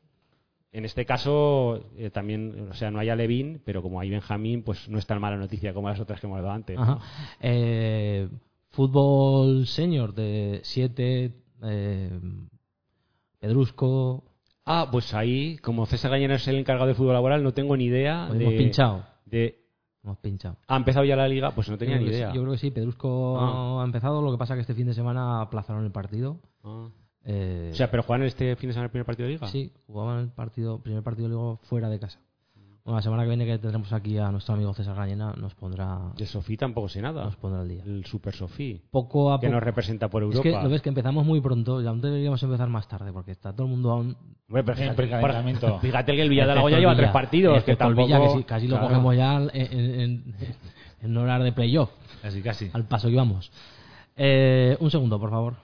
Speaker 3: En este caso, eh, también, o sea, no hay a Levín, pero como hay Benjamín, pues no es tan mala noticia como las otras que hemos dado antes.
Speaker 1: Ajá. Eh, fútbol senior de 7, Pedrusco,
Speaker 3: Ah, pues ahí, como César Gañana es el encargado de fútbol laboral, no tengo ni idea.
Speaker 1: pues
Speaker 3: Ah, de,
Speaker 1: hemos pinchado.
Speaker 3: de-
Speaker 1: Hemos pinchado.
Speaker 3: ¿Ha empezado ya la liga? Pues no tenía
Speaker 1: Yo
Speaker 3: ni
Speaker 1: creo que sí,
Speaker 3: idea.
Speaker 1: Yo creo que sí, Pedrusco
Speaker 3: Ah.
Speaker 1: ha empezado, lo que pasa que este fin de semana aplazaron el partido.
Speaker 3: Ah.
Speaker 1: Eh,
Speaker 3: O sea, ¿pero juegan este fin de semana el primer partido de liga?
Speaker 1: sí, jugaban el partido, primer partido luego fuera de casa. Bueno, la semana que viene que tendremos aquí a nuestro amigo César Gañena nos pondrá,
Speaker 3: De Sofí tampoco sé nada.
Speaker 1: nos pondrá el día.
Speaker 3: El Super Sofí,
Speaker 1: Poco a
Speaker 3: que nos
Speaker 1: poco.
Speaker 3: representa por
Speaker 1: Ah, pues Es
Speaker 3: Europa.
Speaker 1: que lo ves que empezamos muy pronto, ya aún deberíamos empezar más tarde porque está todo el mundo aún
Speaker 3: Hombre, pero
Speaker 2: En
Speaker 3: fíjate-
Speaker 2: precalentamiento.
Speaker 3: por- Fíjate que el Villa de Alagón
Speaker 1: Excepto
Speaker 3: ya
Speaker 1: el
Speaker 3: lleva tres
Speaker 1: Villa.
Speaker 3: partidos,
Speaker 1: Excepto
Speaker 3: que
Speaker 1: el
Speaker 3: tampoco...
Speaker 1: Villa, que sí, casi lo
Speaker 3: Claro.
Speaker 1: cogemos ya en, en- en- en horario de playoff,
Speaker 2: Casi, casi.
Speaker 1: al paso que vamos. Eh, un segundo, por favor.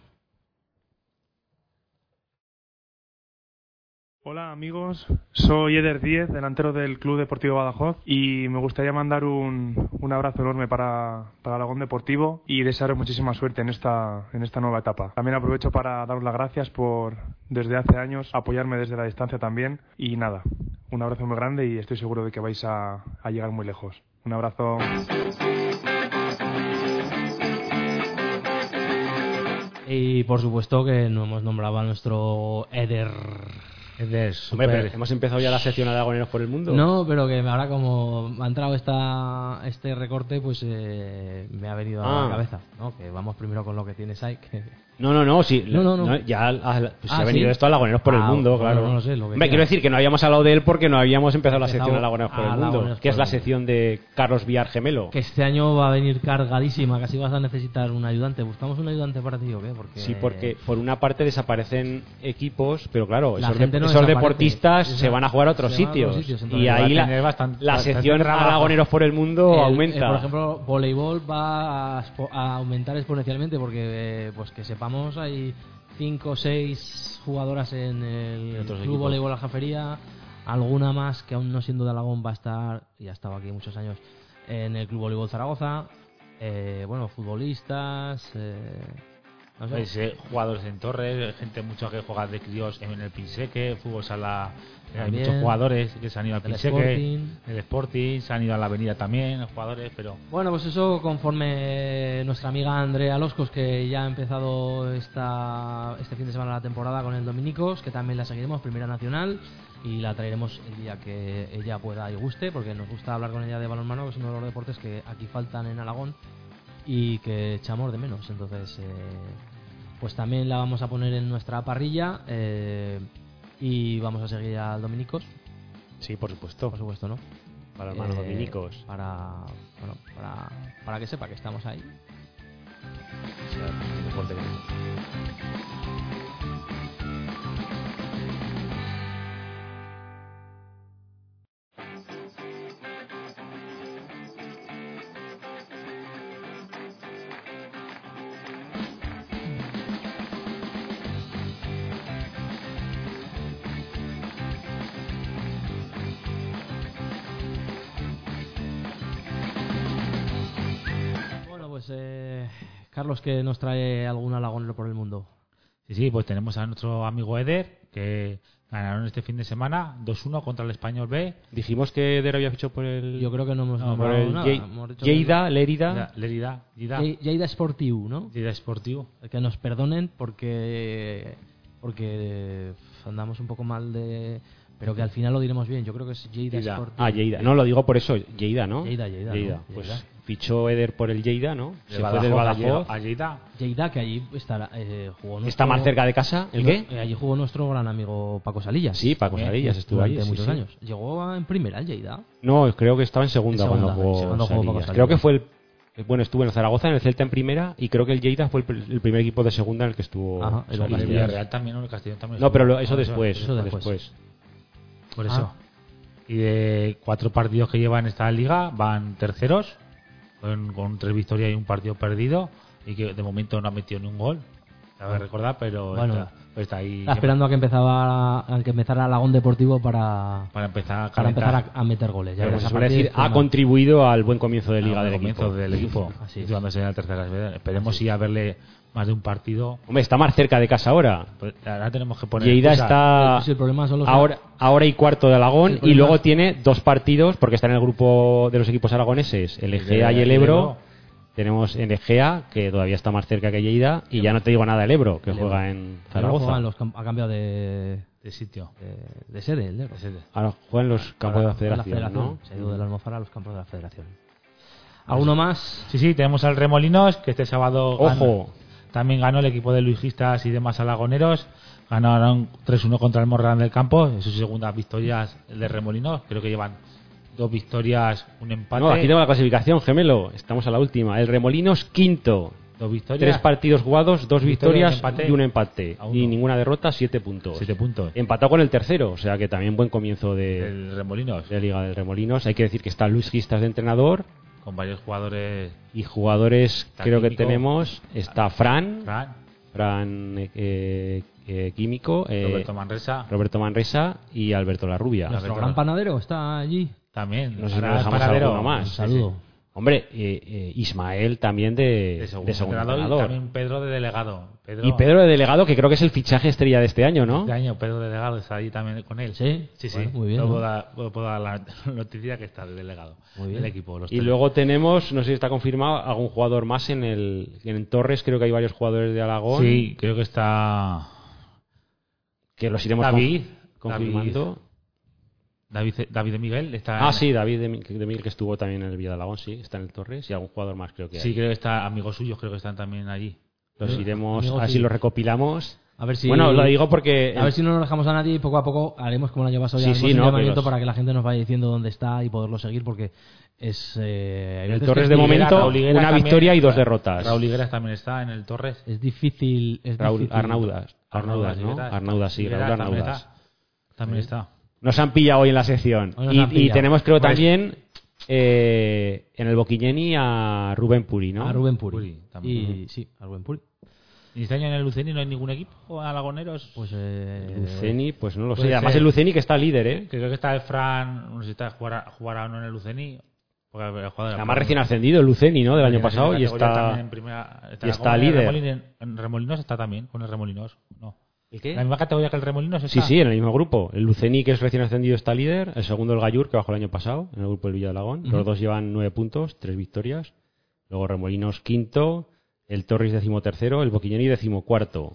Speaker 5: Hola amigos, soy Eder Díez, delantero del Club Deportivo Badajoz y me gustaría mandar un, un abrazo enorme para, para Alagón Deportivo y desearos muchísima suerte en esta, en esta nueva etapa. También aprovecho para daros las gracias por desde hace años apoyarme desde la distancia también y nada, un abrazo muy grande y estoy seguro de que vais a, a llegar muy lejos. Un abrazo.
Speaker 1: Y por supuesto que no hemos nombrado a nuestro Eder.
Speaker 2: Es de
Speaker 3: Hombre,
Speaker 2: super...
Speaker 3: pero hemos empezado ya la sección de Aragoneros por el mundo.
Speaker 1: No, pero que ahora como me ha entrado esta, este recorte, pues eh, me ha venido a
Speaker 3: Ah.
Speaker 1: la cabeza. ¿no? Que vamos primero con lo que tienes ahí. que-
Speaker 3: No, no, no, sí.
Speaker 1: No, no, no.
Speaker 3: ya ah, pues
Speaker 1: Ah,
Speaker 3: se ha venido
Speaker 1: ¿sí?
Speaker 3: esto a Lagoneros por el
Speaker 1: Ah,
Speaker 3: mundo,
Speaker 1: bueno,
Speaker 3: claro.
Speaker 1: no lo sé, lo que
Speaker 3: Hombre,
Speaker 1: quieras.
Speaker 3: quiero decir que no habíamos hablado de él porque no habíamos empezado la
Speaker 1: Empezamos
Speaker 3: sección de Lagoneros por
Speaker 1: a
Speaker 3: el mundo,
Speaker 1: Lagoneros por
Speaker 3: que es
Speaker 1: el
Speaker 3: la
Speaker 1: mundo.
Speaker 3: sección de Carlos Villar Gemelo.
Speaker 1: Que este año va a venir cargadísima, casi vas a necesitar un ayudante. ¿Buscamos un ayudante para ti o qué? Porque...
Speaker 3: Sí, porque por una parte desaparecen equipos, pero claro,
Speaker 1: La
Speaker 3: esos,
Speaker 1: gente
Speaker 3: de-
Speaker 1: no
Speaker 3: esos
Speaker 1: desaparece.
Speaker 3: deportistas
Speaker 1: Esa-
Speaker 3: se van a jugar a otros
Speaker 1: se van a otros
Speaker 3: sitios.
Speaker 1: sitios,
Speaker 3: y
Speaker 1: entonces va a
Speaker 3: ahí
Speaker 2: tener
Speaker 3: la,
Speaker 2: bastan-
Speaker 3: la
Speaker 2: bastante
Speaker 3: sección
Speaker 2: trabajo.
Speaker 3: Aragoneros por el mundo
Speaker 1: El- eh,
Speaker 3: aumenta.
Speaker 1: por ejemplo, voleibol va a, expo- a aumentar exponencialmente porque, eh, pues que sepamos, hay 5 o 6 jugadoras en el
Speaker 3: En otros
Speaker 1: Club
Speaker 3: equipos.
Speaker 1: Voleibol Aljafería, alguna más que aún no siendo de Alagón va a estar, y ha estado aquí muchos años, en el Club Voleibol Zaragoza, eh, bueno, futbolistas, eh, O sea,
Speaker 2: Pues, eh, jugadores en torres, gente mucho que juega de críos en el Pinseque, fútbol sala. eh, Hay
Speaker 1: También.
Speaker 2: muchos jugadores que se han ido al
Speaker 1: El
Speaker 2: Pinseque,
Speaker 1: Sporting.
Speaker 2: el Sporting, se han ido a la Avenida también, los jugadores, pero
Speaker 1: Bueno, pues eso conforme nuestra amiga Andrea Loscos, que ya ha empezado esta, este fin de semana la temporada con el Dominicos, que también la seguiremos, Primera Nacional, y la traeremos el día que ella pueda y guste, porque nos gusta hablar con ella de balonmano, que es uno de los deportes que aquí faltan en Aragón y que echamos de menos. Entonces, eh, pues también la vamos a poner en nuestra parrilla eh, y vamos a seguir al Dominicos,
Speaker 3: Sí, por supuesto.
Speaker 1: por supuesto, ¿no?
Speaker 3: Para hermanos
Speaker 1: Eh,
Speaker 3: dominicos.
Speaker 1: Para, bueno, para, para que sepa que estamos ahí. Bueno, pues eh, Carlos, que nos trae algún halagón por el mundo.
Speaker 2: Sí, sí, pues tenemos a nuestro amigo Eder, que ganaron este fin de semana 2-1 contra el Español B.
Speaker 3: Dijimos que Eder había fichado por el.
Speaker 1: Yo creo que no hemos
Speaker 2: No,
Speaker 1: nombrado
Speaker 3: por el
Speaker 1: nada.
Speaker 3: Ye-
Speaker 1: Hemos dicho que-
Speaker 3: Lleida, Lérida.
Speaker 2: Lerida, Lleida,
Speaker 1: Ye- Lleida Sportiu, ¿no?
Speaker 2: Lleida Sportivo.
Speaker 1: Que nos perdonen porque porque andamos un poco mal de... Pero que al final lo diremos bien. Yo creo que es Lleida,
Speaker 3: Lleida.
Speaker 1: Sportiu.
Speaker 3: Ah, Lleida. No, lo digo por eso. Lleida, ¿no?
Speaker 1: Lleida, Lleida, ¿no?
Speaker 3: Pues
Speaker 1: Lleida.
Speaker 3: fichó Eder por el Lleida, ¿no? Se fue del
Speaker 2: Badajoz
Speaker 3: Badajoz.
Speaker 2: a Lleida.
Speaker 1: Lleida, que allí está, eh, jugó nuestro-
Speaker 3: Está más cerca de casa. ¿El qué?
Speaker 1: Eh, allí jugó nuestro gran amigo Paco Salillas. Eh,
Speaker 3: Sí, Paco
Speaker 2: Bien,
Speaker 3: Sarillas estuvo ahí.
Speaker 1: durante
Speaker 3: sí,
Speaker 1: muchos
Speaker 3: sí.
Speaker 1: años. Llegó a- en primera el Lleida.
Speaker 3: No, creo que estaba en segunda,
Speaker 1: En segunda,
Speaker 3: cuando jugó,
Speaker 1: en segunda jugó Paco
Speaker 3: Sarillas.
Speaker 1: Sarillas.
Speaker 3: Creo que fue el. eh, Bueno, estuvo en el Zaragoza, en el Celta en primera, y creo que el Lleida fue el, pr- el primer equipo de segunda en el que estuvo.
Speaker 1: Ajá, el
Speaker 2: El
Speaker 3: Sarillas.
Speaker 2: Villarreal también, ¿no? el Castellón también.
Speaker 3: No, pero lo- eso
Speaker 2: Ah,
Speaker 3: después.
Speaker 1: eso después.
Speaker 3: después.
Speaker 2: Por
Speaker 1: Ah.
Speaker 2: eso. Y de cuatro partidos que llevan esta liga, van terceros, con, con tres victorias y un partido perdido, y que de momento no ha metido ni un gol. Cabe recordar, pero
Speaker 1: Bueno.
Speaker 2: está, pero está ahí.
Speaker 1: Estaba esperando a que, empezaba, a que empezara el halagón deportivo para,
Speaker 2: para empezar a
Speaker 1: para
Speaker 2: calentar.
Speaker 1: empezar a, a meter goles. Ya
Speaker 3: Pero
Speaker 1: verás,
Speaker 3: se
Speaker 1: a
Speaker 3: suele
Speaker 1: partir
Speaker 3: decir, "Ah,
Speaker 1: de
Speaker 3: ha
Speaker 1: este momento.
Speaker 3: contribuido al buen comienzo de liga
Speaker 2: al
Speaker 3: del
Speaker 2: comienzo
Speaker 3: equipo.
Speaker 2: del equipo.
Speaker 1: Así es.
Speaker 2: situándose en la tercera clase. Esperemos sí a verle más de un partido.
Speaker 3: Hombre, está más cerca de casa ahora.
Speaker 2: Pues ahora tenemos que poner.
Speaker 3: Lleida
Speaker 2: excusa.
Speaker 3: está
Speaker 1: Sí, el problema son los-
Speaker 3: ahora, ahora y cuarto de
Speaker 1: Sí,
Speaker 3: Alagón
Speaker 1: el
Speaker 3: y
Speaker 1: problema
Speaker 3: luego
Speaker 1: es-
Speaker 3: tiene dos partidos porque está en el grupo de los equipos aragoneses, el Egea y el Ebro. Tenemos en Egea, que todavía está más cerca que Lleida, y ya no te digo nada el Ebro, que juega en
Speaker 1: Ahora
Speaker 3: Zaragoza.
Speaker 1: juegan los cam- ha cambiado de,
Speaker 2: De sitio.
Speaker 1: de, de sede, el Ebro.
Speaker 2: De sede.
Speaker 3: Ahora juegan los campos de la
Speaker 1: Ahora,
Speaker 3: federación, ¿no?
Speaker 1: Se ha ido de la almofara a los campos de la federación. ¿Alguno más?
Speaker 2: Sí, sí, tenemos al Remolinos, que este sábado.
Speaker 3: Ojo.
Speaker 2: ganó- también ganó el equipo de Luisistas y demás alagoneros. Ganaron 3-1 contra el Morran del Campo. En sus segundas victorias de Remolinos. Creo que llevan dos victorias, un empate.
Speaker 3: No, aquí tengo la clasificación, gemelo. Estamos a la última. El Remolinos, quinto.
Speaker 2: Dos
Speaker 3: Tres
Speaker 2: victorias.
Speaker 3: partidos jugados, dos
Speaker 2: Victoria,
Speaker 3: victorias
Speaker 2: empate.
Speaker 3: y un empate.
Speaker 2: A uno.
Speaker 3: Y ninguna derrota, siete puntos.
Speaker 2: Siete puntos.
Speaker 3: Empatado con el tercero, o sea que también buen comienzo de,
Speaker 2: El Remolinos.
Speaker 3: de Liga del Remolinos. Hay que decir que está Luis Gistas de entrenador
Speaker 2: Con varios jugadores.
Speaker 3: y jugadores
Speaker 2: Está
Speaker 3: creo que
Speaker 2: Químico.
Speaker 3: tenemos. Está Fran, Fran,
Speaker 2: Fran,
Speaker 3: eh, eh, eh, Químico, eh,
Speaker 2: Roberto Manresa.
Speaker 3: Roberto Manresa y Alberto Larrubia.
Speaker 2: No,
Speaker 1: Nuestro
Speaker 2: Alberto.
Speaker 1: gran panadero está allí.
Speaker 2: También.
Speaker 3: No sé si
Speaker 2: Ahora
Speaker 3: nos dejamos
Speaker 2: Paradero.
Speaker 3: alguno más.
Speaker 1: Un
Speaker 3: Sí,
Speaker 1: saludo.
Speaker 3: Hombre, eh, eh, Ismael también Eh, de,
Speaker 2: de
Speaker 3: de
Speaker 2: segundo,
Speaker 3: segundo,
Speaker 2: entrenador
Speaker 3: entrenador.
Speaker 2: y también Pedro de delegado. Pedro,
Speaker 3: Y Pedro de Delegado, que creo que es el fichaje estrella de este año, ¿no?
Speaker 2: Este año Pedro de delegado está ahí también con él.
Speaker 1: Sí,
Speaker 2: sí, sí.
Speaker 1: bueno, muy bien,
Speaker 2: Yo
Speaker 1: ¿no?
Speaker 2: Puedo, dar, puedo- puedo dar la noticia que está de delegado.
Speaker 1: Muy bien.
Speaker 2: El equipo. los
Speaker 3: Y
Speaker 2: tres.
Speaker 3: luego tenemos, no sé si está confirmado, algún jugador más en el en Torres, creo que hay varios jugadores de Alagón.
Speaker 2: Sí, creo que está
Speaker 3: que los iremos
Speaker 2: David,
Speaker 3: con- confirmando.
Speaker 2: David. David, David de Miguel. Está
Speaker 3: Ah, sí, David de, Mi- de Miguel, que estuvo también en el Villa de Alagón, sí, está en el Torres, y algún jugador más creo que hay.
Speaker 2: Sí, creo que está amigos suyos, creo que están también allí.
Speaker 3: Los iremos,
Speaker 1: Amigos,
Speaker 3: a ver
Speaker 1: sí.
Speaker 3: si los recopilamos.
Speaker 1: A ver si...
Speaker 3: Bueno, lo digo porque...
Speaker 1: A ver si no nos dejamos a nadie y poco a poco haremos como el año pasado ya
Speaker 3: Sí,
Speaker 1: el
Speaker 3: sí,
Speaker 1: posible
Speaker 3: no,
Speaker 1: llamamiento
Speaker 3: pero-
Speaker 1: para que la gente nos vaya diciendo dónde está y poderlo seguir porque es... eh, hay
Speaker 3: el
Speaker 1: veces
Speaker 3: Torres
Speaker 1: que
Speaker 3: de
Speaker 1: es
Speaker 2: Higuera,
Speaker 3: momento,
Speaker 2: Raúl Higuera
Speaker 3: una
Speaker 2: también.
Speaker 3: victoria y dos derrotas.
Speaker 2: Raúl Higueras también está en el Torres.
Speaker 1: Es difícil... Es
Speaker 3: Raúl
Speaker 1: difícil.
Speaker 3: Arnaudas. Arnaudas, ¿no?
Speaker 2: Higuera está.
Speaker 3: Arnaudas, sí,
Speaker 2: Higuera
Speaker 3: Raúl
Speaker 2: también
Speaker 3: Arnaudas.
Speaker 2: está. También está.
Speaker 3: Nos han pillado hoy en la sección.
Speaker 1: Hoy nos han
Speaker 3: Y, y
Speaker 1: pillado.
Speaker 3: tenemos, creo,
Speaker 2: Pues-
Speaker 3: también eh, en el Boquiñeni a Rubén Puri, ¿no?
Speaker 1: A Rubén Puri.
Speaker 2: Puri, también.
Speaker 1: Y, sí, a Rubén Puri.
Speaker 2: ¿Y este año en el Luceni no hay ningún equipo alagoneros?
Speaker 1: Pues... eh,
Speaker 3: Luceni, pues no lo sé.
Speaker 2: puede
Speaker 3: Además,
Speaker 2: ser.
Speaker 3: el Luceni que está líder, ¿eh?
Speaker 2: Creo que está el Fran, no sé si está jugar, jugará o no en el Luceni. Porque el jugador
Speaker 3: Además, recién ascendido, el Luceni, ¿no? Del año
Speaker 2: Tiene
Speaker 3: pasado. Y
Speaker 2: categoría también
Speaker 3: está.
Speaker 2: en primera-
Speaker 3: y está
Speaker 2: con el
Speaker 3: líder.
Speaker 2: Remolin- en Remolinos está también, con el Remolinos. No.
Speaker 3: ¿El qué?
Speaker 2: La misma categoría que el Remolinos
Speaker 3: Sí,
Speaker 2: está.
Speaker 3: sí, en el mismo grupo. El Luceni, que es recién ascendido, está líder. El segundo, el Gallur, que bajó el año pasado, en el grupo del Villa de Alagón. Los dos llevan nueve puntos, tres victorias. Luego Remolinos, quinto. El Torres, decimotercero. El Boquiñoni, decimocuarto.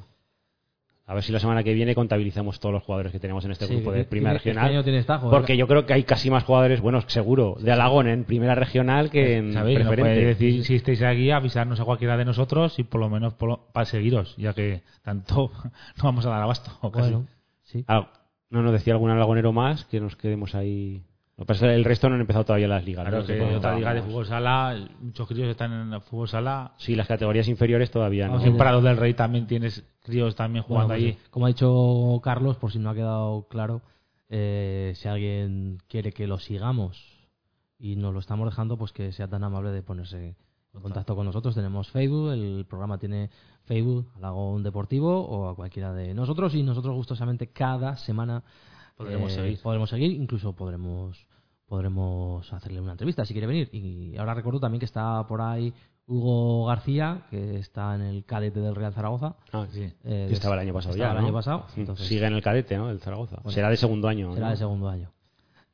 Speaker 3: A ver si la semana que viene contabilizamos todos los jugadores que tenemos en este
Speaker 1: Sí,
Speaker 3: grupo
Speaker 1: que
Speaker 2: eh,
Speaker 3: de
Speaker 1: tiene-
Speaker 3: Primera
Speaker 1: este
Speaker 3: Regional.
Speaker 1: año tienes tajo,
Speaker 3: porque
Speaker 1: ¿verdad?
Speaker 3: yo creo que hay casi más jugadores, bueno, seguro, de Alagón en Primera Regional que en
Speaker 2: ¿Sabéis? No
Speaker 3: Preferente.
Speaker 2: podéis decir, si estáis aquí, avisarnos a cualquiera de nosotros y por lo menos por lo- para seguiros, ya que tanto no vamos a dar abasto. casi.
Speaker 1: Bueno, sí.
Speaker 3: Ah, no nos decía algún alagonero más que nos quedemos ahí. Lo que pasa es que el resto no han empezado todavía las ligas.
Speaker 2: Claro
Speaker 3: ¿no?
Speaker 2: que
Speaker 3: Entonces,
Speaker 2: otra
Speaker 3: bueno,
Speaker 2: liga de
Speaker 3: vamos.
Speaker 2: fútbol sala, muchos críos están en el fútbol sala.
Speaker 3: Sí, las categorías inferiores todavía no.
Speaker 2: Aunque en Prado del Rey también tienes críos también jugando
Speaker 1: Bueno, pues,
Speaker 2: allí.
Speaker 1: Como ha dicho Carlos, por si no ha quedado claro, eh, si alguien quiere que lo sigamos y nos lo estamos dejando, pues que sea tan amable de ponerse en contacto con nosotros. Tenemos Facebook, el programa tiene Facebook, Alagón Deportivo o a cualquiera de nosotros y nosotros gustosamente cada semana eh,
Speaker 2: Podremos seguir.
Speaker 1: podremos seguir, incluso podremos podremos hacerle una entrevista si quiere venir. Y ahora recuerdo también que está por ahí Hugo García, que está en el cadete del Real Zaragoza.
Speaker 3: Ah, sí.
Speaker 1: Eh,
Speaker 3: Que estaba el año pasado
Speaker 1: estaba el
Speaker 3: ya.
Speaker 1: año
Speaker 3: ¿no?
Speaker 1: pasado,
Speaker 3: Sí.
Speaker 1: entonces-
Speaker 3: Sigue en el cadete, ¿no? El Zaragoza. será de segundo año.
Speaker 1: Será
Speaker 3: ¿no?
Speaker 1: de segundo año.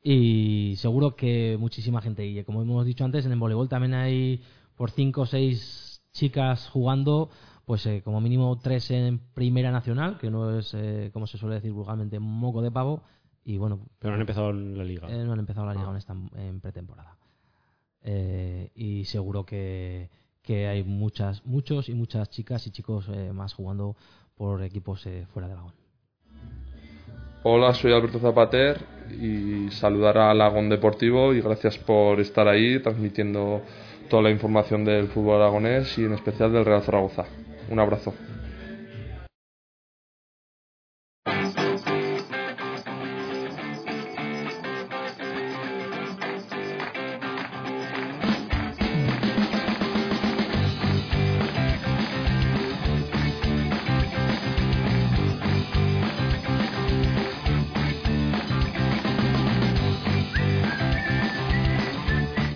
Speaker 1: Y seguro que muchísima gente. Y como hemos dicho antes, en el voleibol también hay por cinco o seis chicas jugando, pues eh, como mínimo tres en primera nacional, que no es, eh, como se suele decir vulgarmente, moco de pavo. Y bueno,
Speaker 3: Pero no han empezado en la liga.
Speaker 1: eh, no han empezado
Speaker 3: Ah.
Speaker 1: la liga en, esta- en pretemporada. Eh, y seguro que, que hay muchas, muchos y muchas chicas y chicos eh, más jugando por equipos eh, fuera de Aragón.
Speaker 6: Hola, soy Alberto Zapater y saludar a Lagón Deportivo y gracias por estar ahí transmitiendo toda la información del fútbol aragonés y en especial del Real Zaragoza. Un abrazo.